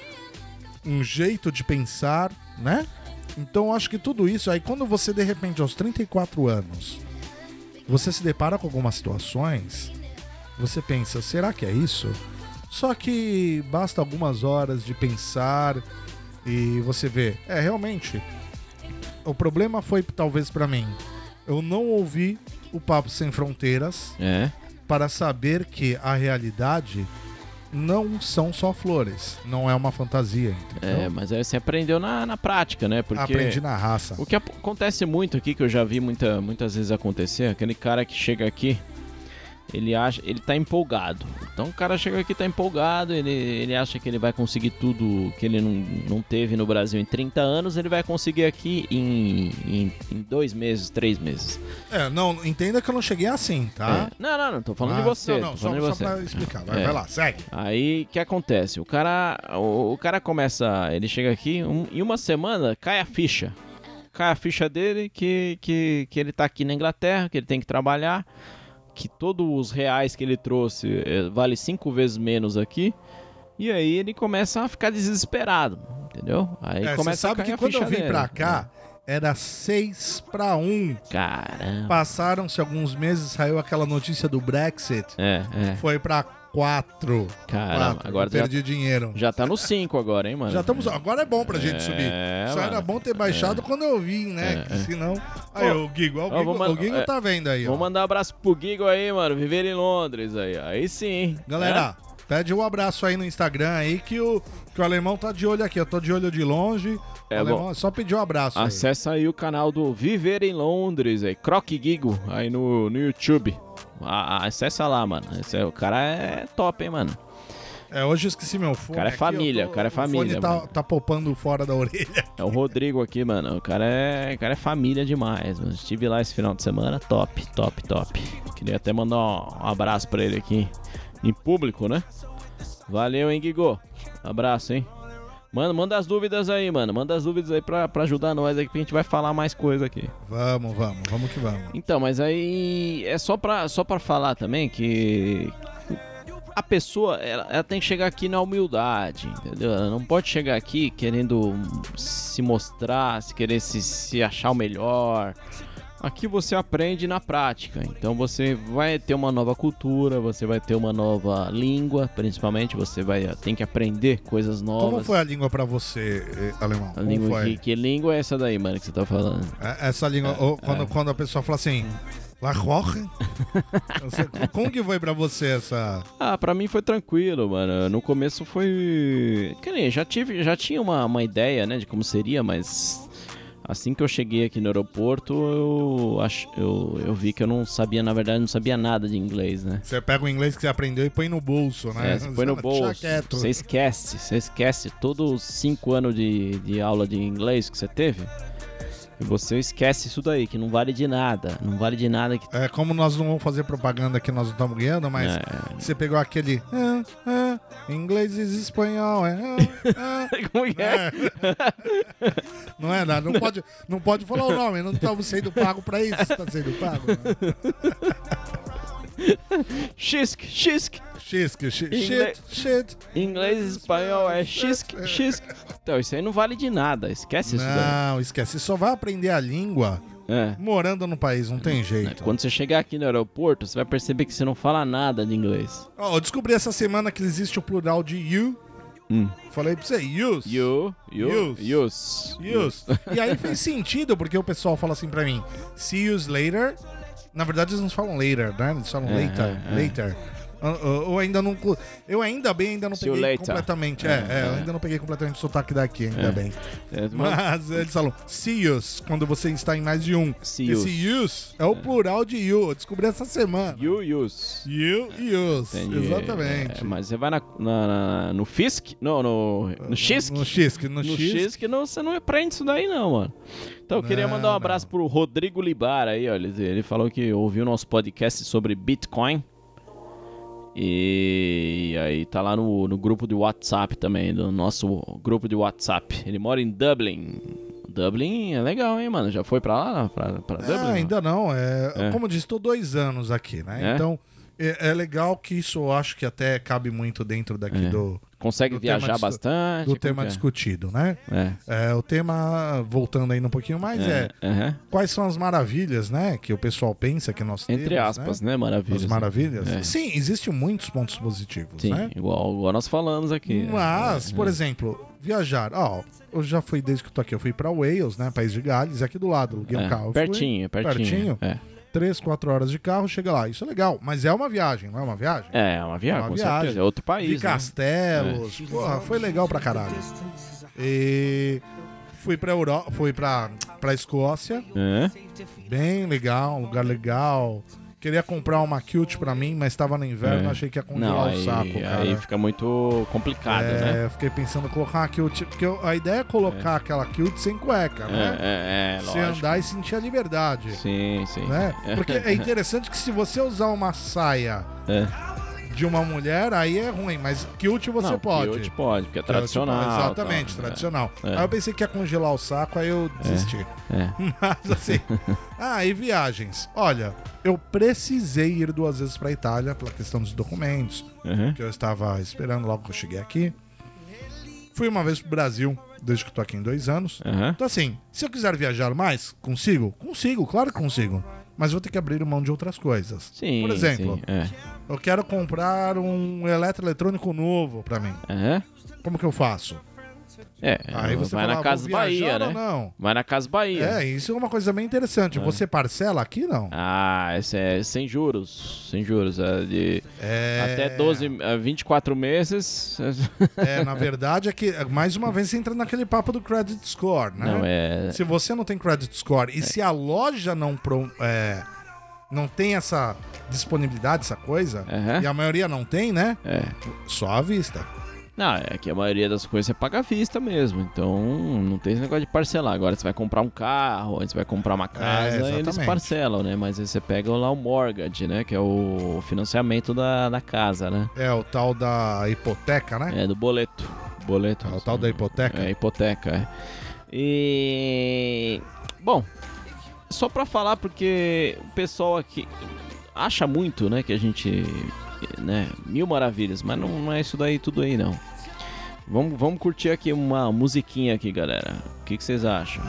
Speaker 3: um jeito de pensar, né? Então eu acho que tudo isso, aí quando você de repente aos 34 anos, você se depara com algumas situações, você pensa, será que é isso? Só que basta algumas horas de pensar e você vê, é realmente o problema foi talvez pra mim. Eu não ouvi o papo sem fronteiras
Speaker 2: É.
Speaker 3: para saber que a realidade não são só flores, não é uma fantasia, entendeu?
Speaker 2: É, mas aí você aprendeu na, na prática, né? Porque
Speaker 3: Então? Aprendi na raça.
Speaker 2: o que ap- acontece muito aqui, que eu já vi muita, muitas vezes acontecer, aquele cara que chega aqui, ele acha, ele tá empolgado. Então o cara chega aqui tá empolgado, ele, ele acha que ele vai conseguir tudo que ele não, não teve no Brasil em 30 anos, ele vai conseguir aqui em, em, em dois meses, três meses.
Speaker 3: É, não, entenda que eu não cheguei assim, tá?
Speaker 2: É. Não, não, não, tô falando
Speaker 3: Mas-
Speaker 2: de você.
Speaker 3: Ah. Não, não,
Speaker 2: tô
Speaker 3: só,
Speaker 2: falando de
Speaker 3: só
Speaker 2: você.
Speaker 3: pra explicar. Vai,
Speaker 2: É.
Speaker 3: vai lá, segue.
Speaker 2: Aí o que acontece? O cara, o, o cara começa, ele chega aqui, um- em uma semana cai a ficha. Cai a ficha dele que, que, que ele tá aqui na Inglaterra, que ele tem que trabalhar, que todos os reais que ele trouxe eh, vale cinco vezes menos aqui. E aí ele começa a ficar desesperado, entendeu? Aí
Speaker 3: É, você
Speaker 2: começa a
Speaker 3: sabe
Speaker 2: cair
Speaker 3: que
Speaker 2: a
Speaker 3: quando
Speaker 2: ficha
Speaker 3: eu vim
Speaker 2: dele.
Speaker 3: pra cá, era 6 pra 1.
Speaker 2: Caramba.
Speaker 3: Passaram-se alguns meses, saiu aquela notícia do Brexit.
Speaker 2: É, é.
Speaker 3: Foi pra 4.
Speaker 2: Caramba, agora já-
Speaker 3: perdi dinheiro.
Speaker 2: Já tá no 5 agora, hein, mano?
Speaker 3: Já estamos. Agora é bom pra gente
Speaker 2: É,
Speaker 3: subir. Só
Speaker 2: mano. É.
Speaker 3: era bom ter baixado quando eu vim, né? Que Senão. Aí,
Speaker 2: Ó,
Speaker 3: o Guigo, ó, o
Speaker 2: ó,
Speaker 3: Guigo,
Speaker 2: vou mandar-
Speaker 3: o Guigo
Speaker 2: é,
Speaker 3: tá vendo aí, ó.
Speaker 2: Vou mandar um abraço pro Gigo aí, mano. Viver em Londres aí. Aí sim. É?
Speaker 3: Galera, pede um abraço aí no Instagram aí que o, que o alemão tá de olho aqui. Eu tô de olho de longe.
Speaker 2: É,
Speaker 3: o alemão
Speaker 2: bom. Ah,
Speaker 3: é só pedir um abraço. aí.
Speaker 2: Acessa aí o canal do Viver em Londres, aí, Croc Gigo, aí no, no YouTube. A- a- acessa lá, mano. Esse é- o cara é top, hein, mano.
Speaker 3: É, hoje eu esqueci meu fone.
Speaker 2: Cara é
Speaker 3: aqui,
Speaker 2: família,
Speaker 3: eu tô-
Speaker 2: cara é
Speaker 3: O
Speaker 2: família,
Speaker 3: fone tá,
Speaker 2: mano.
Speaker 3: tá poupando fora da orelha.
Speaker 2: É o Rodrigo aqui, mano. O cara é, o cara é família demais, mano. Estive lá esse final de semana, top, top, top. Queria até mandar um abraço pra ele aqui em público, né? Valeu, hein, Gigo. Abraço, hein. Mano, manda as dúvidas aí, mano. Manda as dúvidas aí pra, pra ajudar nós aqui, que a gente vai falar mais coisa aqui.
Speaker 3: Vamos, vamos, vamos que vamos.
Speaker 2: Então, mas aí é só pra, só pra falar também que a pessoa ela, ela tem que chegar aqui na humildade, entendeu? Ela não pode chegar aqui querendo se mostrar, se querer se, se achar o melhor. Aqui você aprende na prática, então você vai ter uma nova cultura, você vai ter uma nova língua, principalmente você vai tem que aprender coisas novas.
Speaker 3: Como foi a língua pra você, eh, alemão?
Speaker 2: a
Speaker 3: Como
Speaker 2: língua?
Speaker 3: foi?
Speaker 2: Que, que língua é essa daí, mano, que você tá falando?
Speaker 3: É, Essa língua, ou quando, quando a pessoa fala assim, La Roche? Você- Como que foi pra você essa.
Speaker 2: Ah, pra mim foi tranquilo, mano. No começo foi. Que nem, já tive, já tinha uma, uma ideia, né, de como seria, mas assim que eu cheguei aqui no aeroporto, eu, ach... eu, eu vi que eu não sabia, na verdade, não sabia nada de inglês, né?
Speaker 3: Você pega o inglês que você aprendeu e põe no bolso, né?
Speaker 2: É, você põe no
Speaker 3: Deixa
Speaker 2: bolso.
Speaker 3: quieto.
Speaker 2: Você esquece, você esquece todos os cinco anos de, de aula de inglês que você teve. E você esquece isso daí, que não vale de nada. Não vale de nada que.
Speaker 3: É, como nós não vamos fazer propaganda que nós não estamos ganhando, mas
Speaker 2: É,
Speaker 3: você pegou aquele. "Ah, ah", Inglês e espanhol. É, é,
Speaker 2: Como que é?
Speaker 3: é. Não é nada. Não pode, não pode falar o nome. Não estamos sendo pago pra isso. Está sendo pago. né?
Speaker 2: Xisque, xisque.
Speaker 3: Xisque, xi-
Speaker 2: Inglês.
Speaker 3: shit, shit.
Speaker 2: Inglês e espanhol é xisque, xisque. Então, isso aí não vale de nada. Esquece isso daí.
Speaker 3: Não, esquece. Você só vai aprender a língua
Speaker 2: É.
Speaker 3: morando no país. Não tem
Speaker 2: É,
Speaker 3: jeito.
Speaker 2: Quando você chegar aqui no aeroporto, você vai perceber que você não fala nada de inglês.
Speaker 3: Ó, eu descobri essa semana que existe o plural de you.
Speaker 2: Hum.
Speaker 3: Falei pra você, yous.
Speaker 2: You, you,
Speaker 3: Yous.
Speaker 2: yous.
Speaker 3: Yous. E aí fez sentido, porque o pessoal fala assim pra mim, see yous later. Na verdade, eles não falam later, né? Eles falam
Speaker 2: É,
Speaker 3: later,
Speaker 2: é, é.
Speaker 3: later. Ah, ah, Eu ainda não. cu- Eu ainda bem, ainda não
Speaker 2: See you
Speaker 3: peguei
Speaker 2: later.
Speaker 3: completamente. É, é, eu ainda não peguei completamente o sotaque daqui, ainda bem.
Speaker 2: É, mas-
Speaker 3: Mas eles falam see yous quando você está em mais de um.
Speaker 2: See
Speaker 3: Esse yous é o plural de you. Eu descobri essa semana.
Speaker 2: You, yous.
Speaker 3: You e yous.
Speaker 2: Entendi.
Speaker 3: Exatamente.
Speaker 2: É, mas você vai na, na- na- no FISC? Não, no, no XISC?
Speaker 3: No xisque, no,
Speaker 2: No
Speaker 3: xisque.
Speaker 2: X que não, você não aprende isso daí, não, mano. Então eu queria
Speaker 3: Não,
Speaker 2: mandar um abraço pro Rodrigo Libar aí, ó. Ele, ele falou que ouviu nosso podcast sobre Bitcoin. E aí tá lá no, no grupo de WhatsApp também, no nosso grupo de WhatsApp. Ele mora em Dublin. Dublin é legal, hein, mano? Já foi pra lá? Pra, pra Dublin?
Speaker 3: Ah, ainda não. É,
Speaker 2: É.
Speaker 3: Como eu disse, estou dois anos aqui, né?
Speaker 2: É?
Speaker 3: Então, é, é legal que isso eu acho que até cabe muito dentro daqui
Speaker 2: É.
Speaker 3: do,
Speaker 2: Consegue
Speaker 3: do tema
Speaker 2: viajar
Speaker 3: discu-
Speaker 2: bastante?
Speaker 3: do
Speaker 2: como que
Speaker 3: tema
Speaker 2: é?
Speaker 3: discutido, né?
Speaker 2: É.
Speaker 3: É, o tema, voltando ainda um pouquinho mais, é,
Speaker 2: É, aham.
Speaker 3: quais são as maravilhas, né? Que o pessoal pensa que nós temos.
Speaker 2: Entre aspas, né?
Speaker 3: Né?
Speaker 2: Maravilhas.
Speaker 3: As maravilhas.
Speaker 2: É.
Speaker 3: Sim, existem muitos pontos positivos,
Speaker 2: Sim,
Speaker 3: né?
Speaker 2: igual, igual nós falamos aqui. né?
Speaker 3: Mas, por exemplo, viajar. Ó, eu já fui desde que eu tô aqui, eu fui pra Wales, né? País de Gales, é aqui do lado, aluguei um
Speaker 2: É,
Speaker 3: carro. eu fui.
Speaker 2: pertinho, pertinho.
Speaker 3: Pertinho?
Speaker 2: É.
Speaker 3: três, quatro horas de carro, chega lá. Isso é legal, mas é uma viagem, não é uma viagem?
Speaker 2: É, é uma viagem,
Speaker 3: Uma
Speaker 2: com
Speaker 3: viagem.
Speaker 2: certeza. É outro
Speaker 3: Vi
Speaker 2: país. né? É.
Speaker 3: castelos, porra, foi legal pra caralho. E fui pra Europa, fui pra, pra Escócia,
Speaker 2: Hã?
Speaker 3: bem legal, um lugar legal. Queria comprar uma cute pra mim, mas tava no inverno,
Speaker 2: É.
Speaker 3: achei que ia
Speaker 2: Não,
Speaker 3: congelar
Speaker 2: aí,
Speaker 3: o um saco, cara.
Speaker 2: aí fica muito complicado,
Speaker 3: é,
Speaker 2: né?
Speaker 3: fiquei pensando em colocar uma cute, porque eu- a ideia é colocar aquela cute sem cueca, né?
Speaker 2: É, é, é
Speaker 3: Você
Speaker 2: lógico.
Speaker 3: andar e sentir a liberdade.
Speaker 2: Sim, sim.
Speaker 3: né?
Speaker 2: sim.
Speaker 3: Porque é interessante que se você usar uma saia
Speaker 2: É.
Speaker 3: de uma mulher, aí é ruim, mas cute você
Speaker 2: Não,
Speaker 3: pode.
Speaker 2: Kilt pode, porque é
Speaker 3: Que é, tipo,
Speaker 2: tradicional.
Speaker 3: Exatamente,
Speaker 2: tal, né?
Speaker 3: tradicional.
Speaker 2: É.
Speaker 3: Aí eu pensei que ia congelar o saco, aí eu desisti.
Speaker 2: É.
Speaker 3: Mas assim. ah, e viagens. Olha, eu precisei ir duas vezes pra Itália pela questão dos documentos,
Speaker 2: Uhum.
Speaker 3: que eu estava esperando logo que eu cheguei aqui. Fui uma vez pro Brasil, desde que eu tô aqui em dois anos.
Speaker 2: Aham.
Speaker 3: Então, assim, se eu quiser viajar mais, consigo? Consigo, claro que consigo. Mas vou ter que abrir mão de outras coisas.
Speaker 2: Sim,
Speaker 3: Por exemplo,
Speaker 2: sim, é.
Speaker 3: eu quero comprar um eletroeletrônico novo pra mim.
Speaker 2: Aham.
Speaker 3: Como que eu faço?
Speaker 2: É,
Speaker 3: Aí você
Speaker 2: vai
Speaker 3: fala,
Speaker 2: na
Speaker 3: "Ah,
Speaker 2: Casa
Speaker 3: vou viajar
Speaker 2: Bahia,
Speaker 3: ou
Speaker 2: né? É.
Speaker 3: não?
Speaker 2: Vai na Casa Bahia.
Speaker 3: É, isso é uma coisa bem interessante. Você parcela aqui, não?
Speaker 2: Ah, esse é sem juros. Sem juros. É de
Speaker 3: É,
Speaker 2: Até 12, é, 24 meses.
Speaker 3: É, na verdade, é que, mais uma vez, você entra naquele papo do credit score, né?
Speaker 2: Não, é.
Speaker 3: Se você não tem credit score e se a loja não, pro, é, não tem essa disponibilidade, essa coisa,
Speaker 2: Aham.
Speaker 3: e a maioria não tem, né?
Speaker 2: É.
Speaker 3: Só à vista.
Speaker 2: Não, é que a maioria das coisas você paga à vista mesmo. Então não tem esse negócio de parcelar. Agora você vai comprar um carro, aí você vai comprar uma casa, aí eles
Speaker 3: É, exatamente.
Speaker 2: parcelam, né? Mas aí você pega lá o mortgage, né? Que é o financiamento da, da casa, né?
Speaker 3: É o tal da hipoteca, né?
Speaker 2: É do boleto. Boleto.
Speaker 3: É o tal da hipoteca.
Speaker 2: É, hipoteca, é. E. Bom, só pra falar, porque o pessoal aqui acha muito, né, que a gente. né, mil maravilhas, mas não, não é isso daí tudo aí, não. Vamos, vamos curtir aqui uma musiquinha aqui, galera. O que, que vocês acham?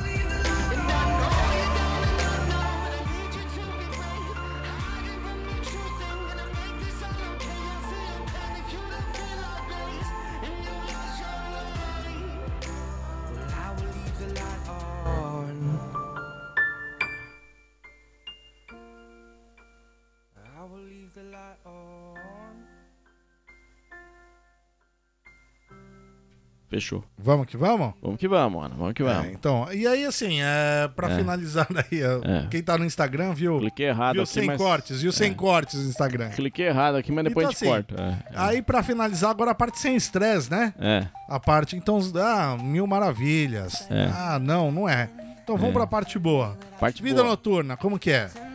Speaker 2: Fechou.
Speaker 3: Vamos que vamos?
Speaker 2: Vamos que vamos, mano. Vamos que vamos.
Speaker 3: É, então, e aí, assim, é, pra finalizar aí, é,
Speaker 2: É.
Speaker 3: quem tá no Instagram viu,
Speaker 2: Cliquei errado
Speaker 3: viu
Speaker 2: aqui,
Speaker 3: sem
Speaker 2: mas. é.
Speaker 3: cortes, viu sem cortes no Instagram.
Speaker 2: Cliquei errado aqui, mas depois
Speaker 3: Então,
Speaker 2: a gente
Speaker 3: assim,
Speaker 2: corta. É,
Speaker 3: Aí, pra finalizar, agora a parte sem estresse, né?
Speaker 2: É.
Speaker 3: A parte, então, ah, mil maravilhas.
Speaker 2: É.
Speaker 3: Ah, não, não é. Então vamos pra parte boa.
Speaker 2: Parte
Speaker 3: Vida
Speaker 2: boa.
Speaker 3: noturna, como que é?
Speaker 2: Ah,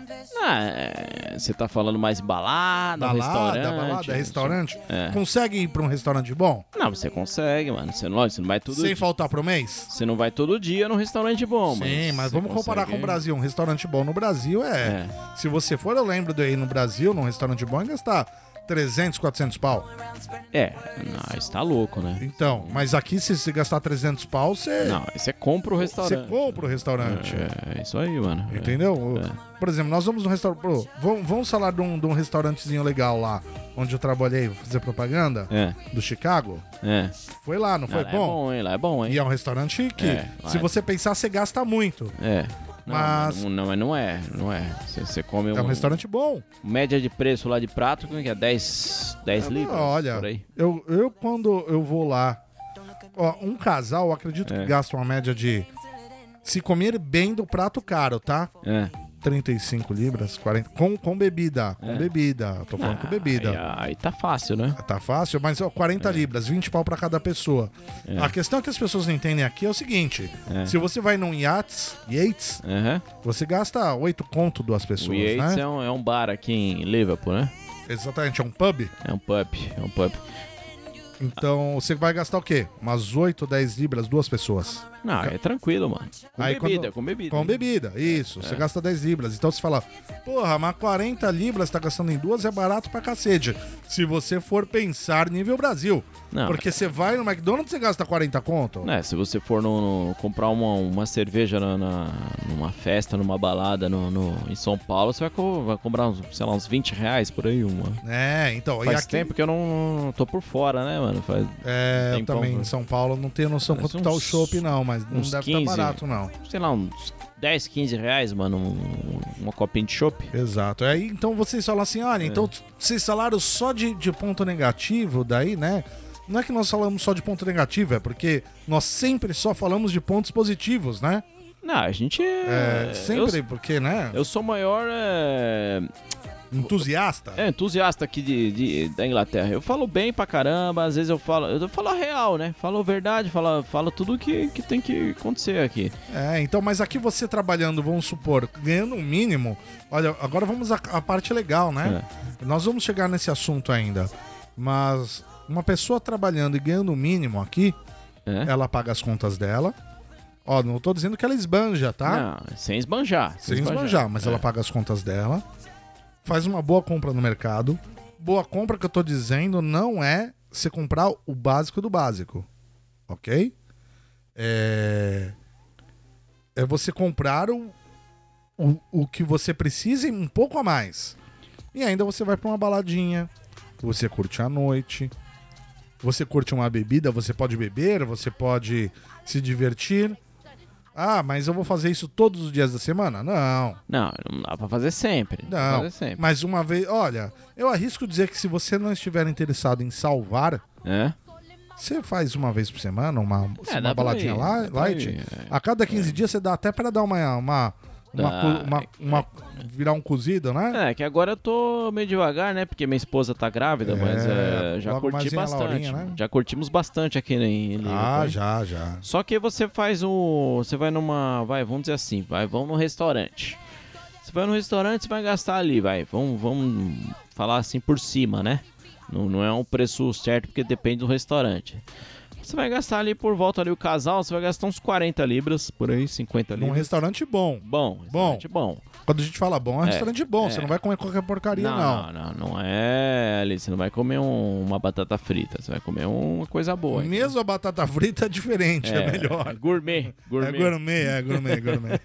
Speaker 2: Ah, é, você tá falando mais balada,
Speaker 3: Balada,
Speaker 2: Ah, restaurante.
Speaker 3: balada, restaurante.
Speaker 2: É.
Speaker 3: Consegue ir pra um restaurante bom?
Speaker 2: Não, você consegue, mano. Você não, você não vai todo
Speaker 3: Sem faltar pro mês?
Speaker 2: Você não vai todo dia num restaurante bom, mas.
Speaker 3: Sim, mas
Speaker 2: você
Speaker 3: vamos comparar com
Speaker 2: consegue-
Speaker 3: o Brasil. Um restaurante bom no Brasil é...
Speaker 2: É.
Speaker 3: Se você for, eu lembro de ir no Brasil, num restaurante bom, e gastar 300, 400 pau.
Speaker 2: É, não, isso tá louco, né?
Speaker 3: Então, mas aqui, se você gastar 300 pau, você,
Speaker 2: Não, aí você compra o
Speaker 3: você
Speaker 2: restaurante.
Speaker 3: compra o restaurante.
Speaker 2: É, é isso aí, mano. É.
Speaker 3: Entendeu? Por exemplo, nós vamos num restaurante. pô, Vamos, vamos falar de um, de um restaurantezinho legal lá, onde eu trabalhei, vou fazer propaganda,
Speaker 2: É,
Speaker 3: do Chicago.
Speaker 2: é.
Speaker 3: Foi lá, não
Speaker 2: Não,
Speaker 3: foi
Speaker 2: lá
Speaker 3: bom?
Speaker 2: É bom, hein? Lá é bom, hein?
Speaker 3: E é um restaurante que,
Speaker 2: É, lá
Speaker 3: se
Speaker 2: é.
Speaker 3: você pensar, você gasta muito.
Speaker 2: É. Não,
Speaker 3: Mas-
Speaker 2: Não, não, mas não é, não é. Você, você come
Speaker 3: É um restaurante bom.
Speaker 2: Média de preço lá de prato, como é que é? 10, 10 libras?
Speaker 3: É, Ah, Olha,
Speaker 2: Por aí.
Speaker 3: eu, eu quando eu vou lá, ó, um casal, eu acredito que
Speaker 2: É.
Speaker 3: gasta uma média de. Se comer bem do prato caro, tá?
Speaker 2: É.
Speaker 3: 35 libras, 40. Com, com bebida. Com
Speaker 2: É.
Speaker 3: bebida. Tô falando com bebida.
Speaker 2: Aí, aí tá fácil, né?
Speaker 3: Tá fácil, mas ó, 40 libras, 20 pau pra cada pessoa.
Speaker 2: É.
Speaker 3: A questão que as pessoas não entendem aqui é o seguinte:
Speaker 2: É.
Speaker 3: se você vai num Yates, Yates,
Speaker 2: Aham.
Speaker 3: você gasta 8 conto duas
Speaker 2: O
Speaker 3: pessoas,
Speaker 2: Yates
Speaker 3: né?
Speaker 2: é, um, é um bar aqui em Liverpool, né?
Speaker 3: Exatamente, é um pub.
Speaker 2: É um pub, é um pub.
Speaker 3: Então você vai gastar o quê? Umas 8, 10 libras duas pessoas.
Speaker 2: Não, é tranquilo, mano. Com
Speaker 3: Aí
Speaker 2: bebida,
Speaker 3: quando-
Speaker 2: com bebida.
Speaker 3: Com
Speaker 2: hein? É,
Speaker 3: bebida, isso. Você gasta 10 libras. Então você fala, porra, mas 40 libras tá gastando em duas é barato pra cacete. Se você for pensar nível Brasil.
Speaker 2: Não,
Speaker 3: Porque você vai no McDonald's e gasta 40 conto.
Speaker 2: né, se você for no, no- comprar uma, uma cerveja na, na- numa festa, numa balada no, no- em São Paulo, você vai, co- vai comprar, uns, sei lá, uns 20 reais por aí uma.
Speaker 3: É, então. e
Speaker 2: Faz
Speaker 3: aqui,
Speaker 2: tempo que eu não tô por fora, né, mano? Faz,
Speaker 3: É, eu
Speaker 2: Tempão,
Speaker 3: também em
Speaker 2: né?
Speaker 3: São Paulo não tenho noção
Speaker 2: Mas
Speaker 3: quanto tá o
Speaker 2: uns-
Speaker 3: shopping, não, mas não
Speaker 2: uns
Speaker 3: deve
Speaker 2: 15.
Speaker 3: tá barato, não.
Speaker 2: sei lá, uns 10, 15 reais, mano, um- uma copinha de chopp.
Speaker 3: Exato. Aí então vocês falam assim, olha,
Speaker 2: É.
Speaker 3: então vocês falaram só de, de ponto negativo, daí, né? Não é que nós falamos só de ponto negativo, é porque nós sempre só falamos de pontos positivos, né?
Speaker 2: Não, a gente é...
Speaker 3: É,
Speaker 2: eu-
Speaker 3: sempre, porque, né?
Speaker 2: Eu sou o maior é,
Speaker 3: Entusiasta.
Speaker 2: é, entusiasta aqui de, de- da Inglaterra. Eu falo bem pra caramba, às vezes eu falo. Eu falo a real, né? Falo a verdade, falo, falo tudo que, que tem que acontecer aqui.
Speaker 3: É, então, mas aqui você trabalhando, vamos supor, ganhando um mínimo. Olha, agora vamos à, à parte legal, né?
Speaker 2: É.
Speaker 3: Nós vamos chegar nesse assunto ainda. Mas uma pessoa trabalhando e ganhando o mínimo aqui,
Speaker 2: É.
Speaker 3: ela paga as contas dela. Ó, não tô dizendo que ela esbanja, tá?
Speaker 2: Não, sem esbanjar.
Speaker 3: Sem esbanjar, mas
Speaker 2: É.
Speaker 3: ela paga as contas dela. Faz uma boa compra no mercado. Boa compra que eu tô dizendo não é você comprar o básico do básico. Ok? É. É você comprar o, o, o que você precisa e um pouco a mais. E ainda você vai pra uma baladinha. Você curte a noite. Você curte uma bebida, você pode beber, você pode se divertir. Ah, mas eu vou fazer isso todos os dias da semana? Não.
Speaker 2: Não, não dá pra fazer sempre. Não. dá pra
Speaker 3: Não.
Speaker 2: fazer sempre.
Speaker 3: Mas uma vez, olha, eu arrisco dizer que se você não estiver interessado em salvar,
Speaker 2: É?
Speaker 3: você faz uma vez por semana, uma,
Speaker 2: É, dá
Speaker 3: uma
Speaker 2: pra
Speaker 3: baladinha
Speaker 2: ir,
Speaker 3: lá,
Speaker 2: dá pra
Speaker 3: light.
Speaker 2: ir, é.
Speaker 3: A cada 15 dias você dá até pra dar uma uma uma,
Speaker 2: Dá.
Speaker 3: co- uma- uma- virar um cozido, né?
Speaker 2: É, que agora eu tô meio devagar, né? Porque minha esposa tá grávida, mas
Speaker 3: É,
Speaker 2: é, já
Speaker 3: logo
Speaker 2: curti
Speaker 3: mais vem a
Speaker 2: bastante.
Speaker 3: Laurinha, né?
Speaker 2: Já curtimos bastante aqui né, em Liverpool.
Speaker 3: ah,
Speaker 2: hein?
Speaker 3: já, já.
Speaker 2: Só que você faz o. Você vai numa. Vai, vamos dizer assim, vai, vamos num restaurante. Você vai num restaurante, você vai gastar ali, vai. Vamos, vamos falar assim por cima, né? Não, não é um preço certo, porque depende do restaurante. Você vai gastar ali por volta ali o casal, você vai gastar uns 40 libras, por aí, 50
Speaker 3: Num
Speaker 2: libras.
Speaker 3: restaurante bom.
Speaker 2: Bom, restaurante bom.
Speaker 3: Quando a gente fala bom, é um
Speaker 2: É,
Speaker 3: restaurante bom.
Speaker 2: é.
Speaker 3: Você não vai comer qualquer porcaria,
Speaker 2: Não, não,
Speaker 3: não.
Speaker 2: não, não é ali. Você não vai comer um- uma batata frita, você vai comer uma coisa boa. hein?
Speaker 3: Mesmo a batata frita é diferente, é,
Speaker 2: é
Speaker 3: melhor.
Speaker 2: Gourmet, gourmet.
Speaker 3: É gourmet, é gourmet, gourmet.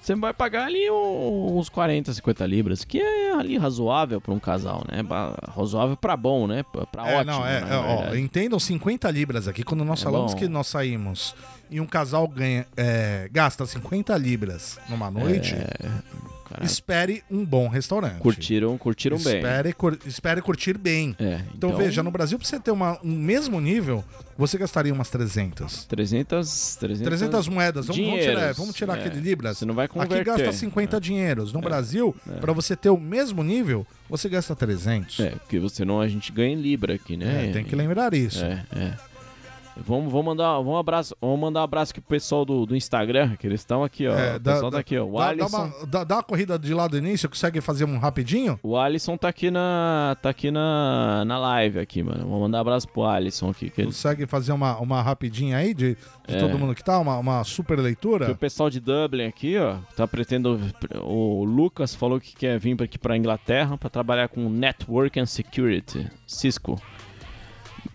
Speaker 2: Você vai pagar ali um- uns 40, 50 libras, que é ali razoável pra um casal, né? Ba- Razoável pra bom, né? Pra pra
Speaker 3: é,
Speaker 2: ótimo.
Speaker 3: não, é,
Speaker 2: na
Speaker 3: é, ó,
Speaker 2: verdade.
Speaker 3: entendam 50 libras aqui. Quando nós
Speaker 2: É
Speaker 3: falamos
Speaker 2: bom.
Speaker 3: que nós saímos e um casal ganha, é, gasta 50 libras numa noite,
Speaker 2: É, Cara,
Speaker 3: espere um bom restaurante.
Speaker 2: curtiram, curtiram bem.
Speaker 3: Espere, cur- espere curtir bem.
Speaker 2: É,
Speaker 3: Então, veja, no Brasil, pra você ter uma- um mesmo nível, você gastaria umas 300.
Speaker 2: 300, 300,
Speaker 3: 300 moedas, vamos, vamos tirar,
Speaker 2: dinheiros,
Speaker 3: vamos tirar
Speaker 2: é.
Speaker 3: aquele libras.
Speaker 2: Você não vai converter. É.
Speaker 3: Aqui gasta 50 dinheiros. No Brasil, pra você ter o mesmo nível, você gasta 300.
Speaker 2: É, porque você não, a gente ganha em libra aqui, né?
Speaker 3: É, tem que lembrar isso.
Speaker 2: É, é. Vamos, vamos, mandar, vamos, abraço, vamos mandar um abraço aqui pro pessoal do, do Instagram, que eles estão aqui, ó.
Speaker 3: É,
Speaker 2: o pessoal tá aqui, ó. O
Speaker 3: dá- dá,
Speaker 2: Alisson.
Speaker 3: uma, dá, dá uma corrida de lá do início, consegue fazer um rapidinho?
Speaker 2: O Alisson tá aqui na. tá aqui na, na live aqui, mano. Vou mandar um abraço pro Alisson aqui. Que, ele- É.
Speaker 3: Consegue fazer uma, uma rapidinha aí de, de todo mundo que tá? Uma, uma super
Speaker 2: que o
Speaker 3: leitura?
Speaker 2: pessoal de Dublin aqui, ó, tá pretendendo. O Lucas falou que quer vir pra aqui pra Inglaterra pra trabalhar com Network and Security, Cisco.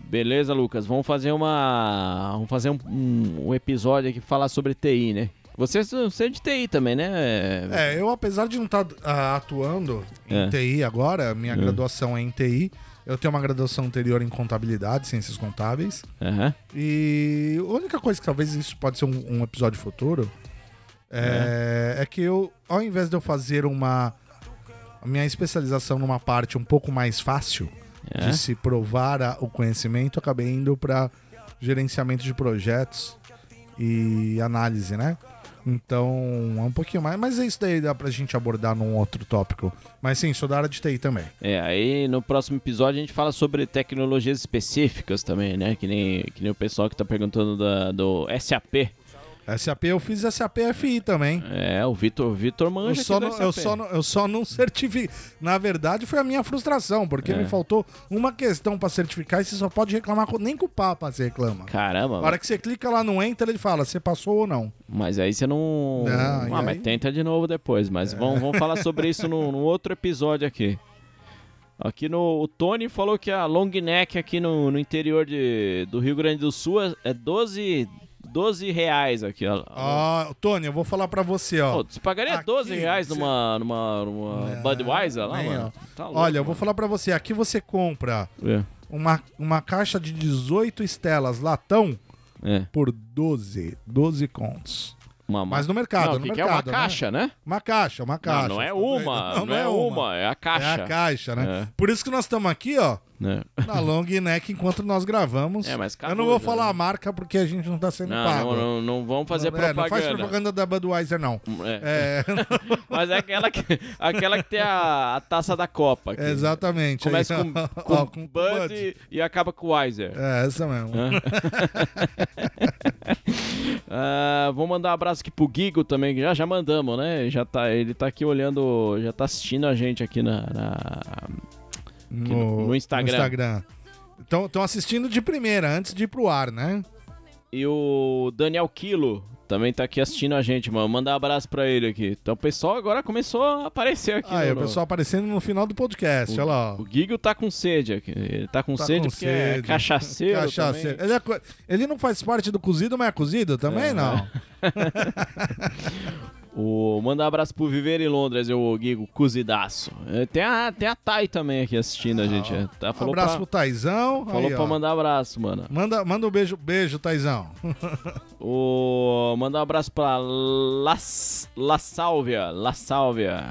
Speaker 2: Beleza, Lucas? Vamos fazer uma. Vamos fazer um, um- um episódio aqui pra falar sobre TI, né? Você, você é de TI também, né?
Speaker 3: É, eu apesar de não estar atuando em
Speaker 2: É.
Speaker 3: TI agora, minha graduação é em TI. Eu tenho uma graduação anterior em contabilidade, ciências contábeis.
Speaker 2: Aham.
Speaker 3: E a única coisa que talvez isso pode ser um, um episódio futuro é, é que eu, ao invés de eu fazer uma a minha especialização numa parte um pouco mais fácil
Speaker 2: É.
Speaker 3: de se provar a- o conhecimento, eu acabei indo para gerenciamento de projetos e análise, né? Então, é um pouquinho mais, mas isso daí dá pra gente abordar num outro tópico. Mas sim, sou da área de TI também.
Speaker 2: É, aí no próximo episódio a gente fala sobre tecnologias específicas também, né? Que nem, que nem o pessoal que tá perguntando da- do SAP.
Speaker 3: SAP, eu fiz SAP FI também.
Speaker 2: É, o Vitor, o Vitor
Speaker 3: Eu
Speaker 2: manja
Speaker 3: só,
Speaker 2: aqui do
Speaker 3: não, eu,
Speaker 2: SAP.
Speaker 3: só não, eu só não certifiquei. Na verdade, foi a minha frustração, porque
Speaker 2: É.
Speaker 3: me faltou uma questão pra certificar e você só pode reclamar, com- nem com o Papa você reclama.
Speaker 2: Caramba,
Speaker 3: Na hora que você clica lá no Enter, ele fala, você passou ou não.
Speaker 2: mas aí você não... ah,
Speaker 3: Não, e
Speaker 2: mas
Speaker 3: aí? É.
Speaker 2: tenta de novo depois, mas vamos, vamos falar sobre isso num, num outro episódio aqui. Aqui no... O Tony falou que a long neck aqui no, no interior de, do Rio Grande do Sul é- é 12, 12 reais aqui, ó.
Speaker 3: Ó, Ah, Tony, eu vou falar pra você, ó.
Speaker 2: Pô, você pagaria
Speaker 3: Aqui,
Speaker 2: 12 reais
Speaker 3: você-
Speaker 2: numa, numa, numa
Speaker 3: Não,
Speaker 2: Budweiser lá,
Speaker 3: nem,
Speaker 2: mano?
Speaker 3: ó.
Speaker 2: Tá louco,
Speaker 3: Olha, eu vou falar pra você, aqui você compra
Speaker 2: mano.
Speaker 3: uma, uma caixa de 18 estelas latão
Speaker 2: É, é.
Speaker 3: por 12, 12 contos.
Speaker 2: Uma
Speaker 3: Mas no mercado,
Speaker 2: não,
Speaker 3: no
Speaker 2: que que é uma
Speaker 3: mercado, né?
Speaker 2: caixa, né?
Speaker 3: Uma caixa, uma caixa.
Speaker 2: não, não é
Speaker 3: Tá doido?
Speaker 2: uma, não, é uma, é a
Speaker 3: É
Speaker 2: caixa.
Speaker 3: a caixa, né?
Speaker 2: É.
Speaker 3: Por isso que nós estamos aqui, ó,
Speaker 2: né?
Speaker 3: na long neck enquanto nós gravamos.
Speaker 2: É, mas acabou
Speaker 3: Eu não vou
Speaker 2: já,
Speaker 3: falar
Speaker 2: né?
Speaker 3: a marca porque a gente não tá sendo
Speaker 2: Não, não,
Speaker 3: pago.
Speaker 2: não, não vamos fazer
Speaker 3: É,
Speaker 2: propaganda.
Speaker 3: não faz propaganda da Budweiser, não.
Speaker 2: É,
Speaker 3: É,
Speaker 2: Mas é aquela que, aquela que tem a, a taça da Copa. aqui.
Speaker 3: exatamente.
Speaker 2: Começa
Speaker 3: Aí,
Speaker 2: com,
Speaker 3: ó,
Speaker 2: com,
Speaker 3: ó,
Speaker 2: Bud, e acaba com Weiser.
Speaker 3: É, essa mesmo.
Speaker 2: Ah, vou mandar um abraço aqui pro Gigo também, que já, já mandamos, né? Já tá, ele tá aqui olhando, já tá assistindo a gente aqui na. na- no- no Instagram.
Speaker 3: Estão Então, assistindo de primeira, antes de ir pro ar, né?
Speaker 2: E o Daniel Quilo também tá aqui assistindo a gente, mano. Mandar um abraço pra ele aqui. Então o pessoal agora começou a aparecer aqui.
Speaker 3: Aí,
Speaker 2: no-
Speaker 3: o
Speaker 2: no-
Speaker 3: pessoal aparecendo no final do podcast, olha lá. ó.
Speaker 2: O Gigo tá com sede aqui. Ele tá com
Speaker 3: Tá
Speaker 2: sede
Speaker 3: com
Speaker 2: porque é
Speaker 3: sede.
Speaker 2: cachaceiro.
Speaker 3: Cachaceiro.
Speaker 2: também.
Speaker 3: Ele, é co- ele não faz parte do cozido, mas é cozido também, não?
Speaker 2: O... Manda um abraço pro Viver em Londres, o Gigo, cozidaço. É, Tem a, tem a Thay também aqui assistindo a gente. é. Tá, falou
Speaker 3: Ah. Abraço pro
Speaker 2: pra,
Speaker 3: Taizão.
Speaker 2: falou
Speaker 3: aí,
Speaker 2: pra
Speaker 3: ó.
Speaker 2: mandar abraço, mano.
Speaker 3: Manda, manda um beijo, beijo, Taizão.
Speaker 2: O... Mandar um abraço pra La... La Sálvia, La Sálvia,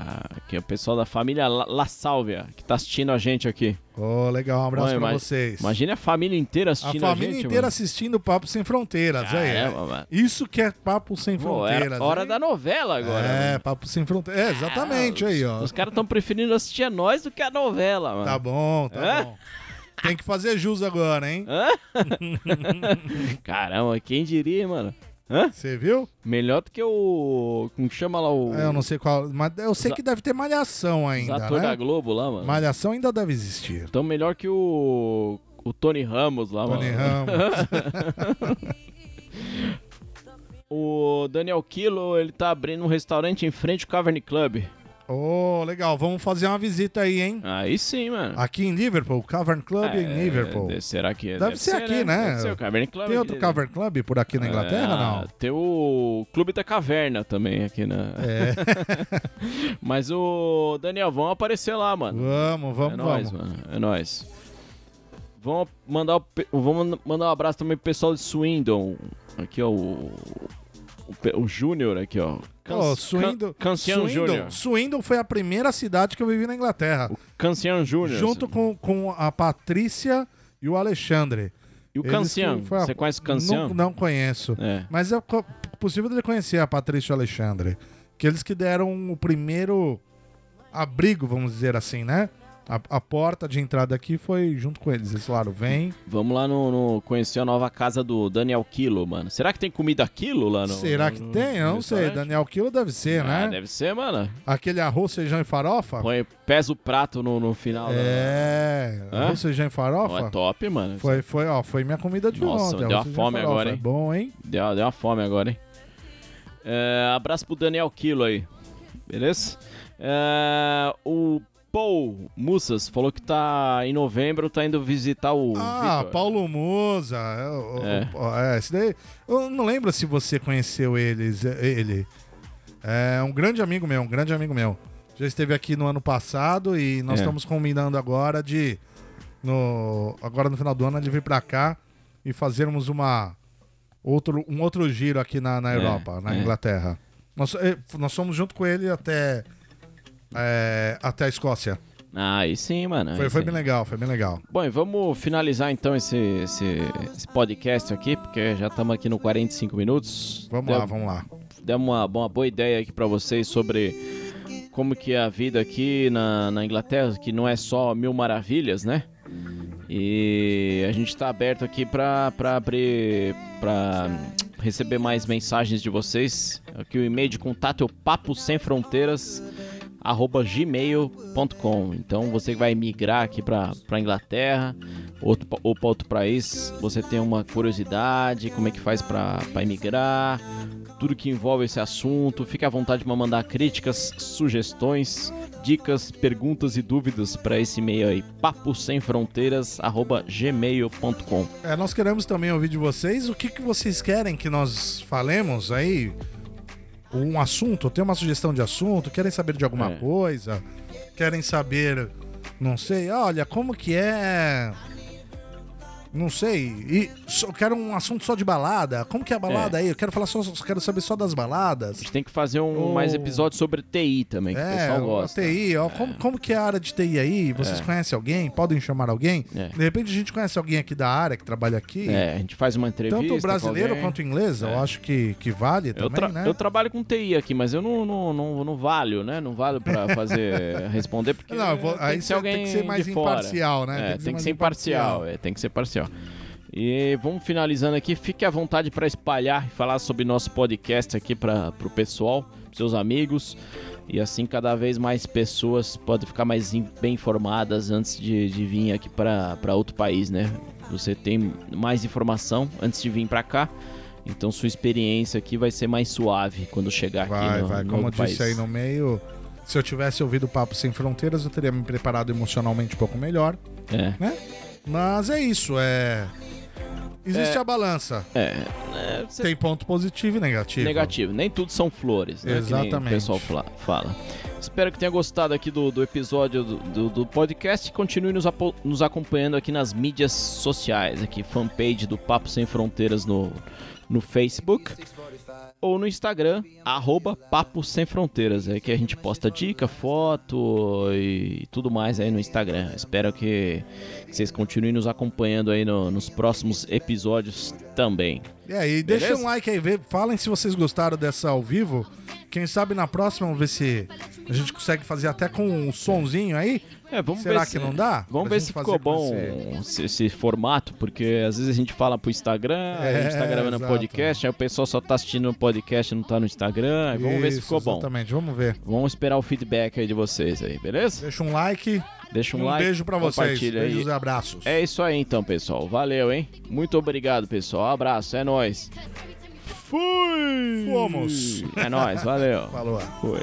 Speaker 2: que é o pessoal da família La, La Sálvia, que tá assistindo a gente aqui.
Speaker 3: Ô, legal, um abraço
Speaker 2: Mano,
Speaker 3: pra
Speaker 2: imag-
Speaker 3: vocês.
Speaker 2: Imagina a família inteira
Speaker 3: a
Speaker 2: assistindo a,
Speaker 3: família
Speaker 2: gente,
Speaker 3: inteira
Speaker 2: mano.
Speaker 3: assistindo o Papo Sem Fronteiras. aí, é.
Speaker 2: Caramba, mano.
Speaker 3: Isso que é Papo Sem
Speaker 2: Pô,
Speaker 3: Fronteiras.
Speaker 2: era hora
Speaker 3: hein?
Speaker 2: da novela agora.
Speaker 3: É,
Speaker 2: mano. Ah,
Speaker 3: Papo Sem Fronteiras. É, exatamente aí, ó.
Speaker 2: Os caras estão preferindo assistir a nós do que a novela, mano. É?
Speaker 3: Tá bom, tá
Speaker 2: Hã?
Speaker 3: bom. Tem que fazer jus agora, hein?
Speaker 2: Caramba, quem diria, mano?
Speaker 3: Você viu?
Speaker 2: Melhor do que o. Como que chama lá o.
Speaker 3: É, eu não sei qual. Mas eu sei
Speaker 2: Os a-
Speaker 3: que deve ter malhação
Speaker 2: os
Speaker 3: ainda,
Speaker 2: atores da
Speaker 3: né?
Speaker 2: Globo lá, mano.
Speaker 3: Malhação ainda deve existir.
Speaker 2: Então melhor que o. O Tony Ramos lá,
Speaker 3: Tony
Speaker 2: mano.
Speaker 3: Ramos.
Speaker 2: O Daniel Kilo, ele tá abrindo um restaurante em frente ao Cavern Club.
Speaker 3: Ô, Oh, legal. Vamos fazer uma visita aí, hein?
Speaker 2: Aí sim, mano.
Speaker 3: Aqui em Liverpool, Cavern Club em
Speaker 2: É,
Speaker 3: Liverpool.
Speaker 2: de- será que
Speaker 3: Deve ser aqui, né?
Speaker 2: Deve ser o Cavern Club.
Speaker 3: Tem outro
Speaker 2: que-
Speaker 3: Cavern Club por aqui na Inglaterra,
Speaker 2: né? Ah,
Speaker 3: não?
Speaker 2: Tem o Clube da Caverna também aqui na.
Speaker 3: É,
Speaker 2: Mas o Daniel, vão aparecer lá, mano.
Speaker 3: Vamos, vamos,
Speaker 2: é nóis,
Speaker 3: vamos.
Speaker 2: mano. É nóis. Vamos mandar, o pe- vamos mandar um abraço também pro pessoal de Swindon. Aqui, ó, o. O, pe- o Júnior aqui, ó.
Speaker 3: Ó, Swindon,
Speaker 2: Cancian Júnior.
Speaker 3: Swindon, Swindon foi a primeira cidade que eu vivi na Inglaterra.
Speaker 2: O Cancian Júnior.
Speaker 3: junto com, com a Patrícia e o Alexandre.
Speaker 2: E o
Speaker 3: Eles
Speaker 2: Cancian.
Speaker 3: que foi a-
Speaker 2: Você conhece o Cancian?
Speaker 3: Não, não conheço.
Speaker 2: É.
Speaker 3: Mas é co- possível de conhecer a Patrícia e o Alexandre. Que eles que deram o primeiro abrigo, vamos dizer assim, né? A, a porta de entrada aqui foi junto com eles. Eles falaram, vem.
Speaker 2: Vamos lá no, no- conhecer a nova casa do Daniel Quilo, mano. Será que tem comida Quilo lá no.
Speaker 3: Será que
Speaker 2: no-
Speaker 3: tem? Eu não
Speaker 2: no
Speaker 3: sei.
Speaker 2: restaurante?
Speaker 3: Daniel Quilo deve ser,
Speaker 2: Ah,
Speaker 3: né?
Speaker 2: deve ser, mano.
Speaker 3: Aquele arroz, feijão e farofa?
Speaker 2: Põe, pesa o prato no, no final. né?
Speaker 3: É.
Speaker 2: Hã?
Speaker 3: Arroz, feijão e
Speaker 2: Pô,
Speaker 3: farofa?
Speaker 2: é top, mano.
Speaker 3: Foi, foi, ó, foi minha comida de
Speaker 2: Nossa,
Speaker 3: ontem.
Speaker 2: deu
Speaker 3: arroz,
Speaker 2: uma
Speaker 3: feijão e
Speaker 2: fome
Speaker 3: farofa.
Speaker 2: agora,
Speaker 3: É
Speaker 2: hein?
Speaker 3: bom, hein?
Speaker 2: Deu, deu uma fome agora, hein? É, abraço pro Daniel Quilo aí. Beleza? É, o Paul Mussas falou que tá em novembro, tá indo visitar o.
Speaker 3: Ah,
Speaker 2: Vitor.
Speaker 3: Paulo Musa. o- o-
Speaker 2: É.
Speaker 3: o- é, esse daí- eu não lembro se você conheceu eles, é, ele. É um grande amigo meu, um grande amigo meu. Já esteve aqui no ano passado e nós
Speaker 2: É.
Speaker 3: estamos combinando agora de. No, agora no final do ano ele vir pra cá e fazermos uma. Outro, um outro giro aqui na, na
Speaker 2: É,
Speaker 3: Europa, na
Speaker 2: é.
Speaker 3: Inglaterra. Nós, eh, nós fomos junto com ele até. eh, até a Escócia.
Speaker 2: Ah, aí sim, mano. aí
Speaker 3: Foi, foi
Speaker 2: sim.
Speaker 3: bem legal, foi bem legal.
Speaker 2: Bom, e vamos finalizar então esse, esse, esse podcast aqui, porque já estamos aqui no 45 minutos.
Speaker 3: Vamos lá, vamos lá.
Speaker 2: Demos uma, uma boa ideia aqui pra vocês sobre como que é a vida aqui na, na Inglaterra, que não é só mil maravilhas, né? E a gente tá aberto aqui pra, pra abrir, pra receber mais mensagens de vocês. Aqui o e-mail de contato é o papo sem fronteiras arroba gmail.com então você que vai migrar aqui pra pra Inglaterra outro, pa- ou pra outro país você tem uma curiosidade como é que faz pra pra emigrar tudo que envolve esse assunto. Fique à vontade para mandar críticas, sugestões, dicas, perguntas e dúvidas para esse e-mail aí, papo sem fronteiras, gmail.com.
Speaker 3: É, nós queremos também ouvir de vocês o que, que vocês querem que nós falemos aí. Um assunto, tem uma sugestão de assunto, querem saber de alguma
Speaker 2: É.
Speaker 3: coisa, querem saber, não sei, olha, como que é. Não sei, e só quero um assunto só de balada. Como que é a balada aí? Eu quero falar só, quero saber só das
Speaker 2: A
Speaker 3: baladas.
Speaker 2: gente tem que fazer um
Speaker 3: Oh.
Speaker 2: mais episódio sobre TI também,
Speaker 3: É,
Speaker 2: que o pessoal gosta.
Speaker 3: TI, ó, como, como que é a área de TI aí? Vocês conhecem alguém? Podem chamar alguém?
Speaker 2: É.
Speaker 3: De repente a gente conhece alguém aqui da área que trabalha aqui.
Speaker 2: É, a gente faz uma entrevista.
Speaker 3: Tanto o
Speaker 2: com
Speaker 3: brasileiro
Speaker 2: alguém.
Speaker 3: quanto o inglês, eu
Speaker 2: É.
Speaker 3: acho que, que vale
Speaker 2: eu,
Speaker 3: também,
Speaker 2: tra-
Speaker 3: né?
Speaker 2: eu trabalho com TI aqui, mas eu não, não, não, não valho, né? Não valho pra fazer responder, porque
Speaker 3: Não, eu vou-
Speaker 2: tem
Speaker 3: aí
Speaker 2: que
Speaker 3: você
Speaker 2: ser alguém
Speaker 3: tem que ser mais
Speaker 2: de fora.
Speaker 3: imparcial, né?
Speaker 2: É, tem que ser
Speaker 3: mais
Speaker 2: imparcial, é, tem que ser parcial. E vamos finalizando aqui. Fique à vontade para espalhar e falar sobre nosso podcast aqui para o pessoal, pros seus amigos. E assim cada vez mais pessoas podem ficar mais in- bem informadas antes de, de vir aqui para outro país, né? Você tem mais informação antes de vir para cá. Então sua experiência aqui vai ser mais suave quando chegar
Speaker 3: Vai,
Speaker 2: aqui no,
Speaker 3: vai.
Speaker 2: no
Speaker 3: Como eu
Speaker 2: outro
Speaker 3: disse
Speaker 2: país.
Speaker 3: aí no meio, se eu tivesse ouvido o Papo Sem Fronteiras, eu teria me preparado emocionalmente um pouco melhor.
Speaker 2: É.
Speaker 3: Mas é isso, é... Existe a balança.
Speaker 2: É, você
Speaker 3: Tem ponto positivo e negativo.
Speaker 2: Negativo. Nem tudo são flores, né? que nem
Speaker 3: Exatamente.
Speaker 2: o pessoal fla- fala. Espero que tenha gostado aqui do, do episódio do, do, do podcast. Continue nos, apo- nos acompanhando aqui nas mídias sociais. Aqui, fanpage do Papo Sem Fronteiras no, no Facebook. Ou no Instagram, arroba Papo Sem Fronteiras. É que a gente posta dica, foto e tudo mais aí no Instagram. Espero que, que vocês continuem nos acompanhando aí no- nos próximos episódios também.
Speaker 3: E aí, deixa
Speaker 2: Beleza?
Speaker 3: um like aí, vê- falem se vocês gostaram dessa ao vivo. Quem sabe na próxima, vamos ver se a gente consegue fazer até com um sonzinho aí.
Speaker 2: É, vamos
Speaker 3: Será
Speaker 2: ver
Speaker 3: que
Speaker 2: se-
Speaker 3: não dá?
Speaker 2: Vamos
Speaker 3: Pra
Speaker 2: ver
Speaker 3: gente
Speaker 2: se
Speaker 3: fazer
Speaker 2: ficou
Speaker 3: com
Speaker 2: bom esse, esse formato, porque às vezes a gente fala pro Instagram, a gente tá
Speaker 3: É,
Speaker 2: gravando um
Speaker 3: exato.
Speaker 2: podcast, aí o pessoal só tá assistindo no podcast e não tá no Instagram. aí Vamos ver se
Speaker 3: Isso,
Speaker 2: ficou bom.
Speaker 3: Exatamente, vamos ver.
Speaker 2: Vamos esperar o feedback aí de vocês aí, beleza?
Speaker 3: Deixa um like.
Speaker 2: Deixa um,
Speaker 3: Um,
Speaker 2: like,
Speaker 3: beijo pra vocês.
Speaker 2: compartilha aí.
Speaker 3: Beijos e abraços.
Speaker 2: É isso aí então, pessoal. Valeu, hein? Muito obrigado, pessoal. Abraço, é nóis. Fui!
Speaker 3: Fomos.
Speaker 2: É nóis, valeu.
Speaker 3: Falou.
Speaker 2: Fui.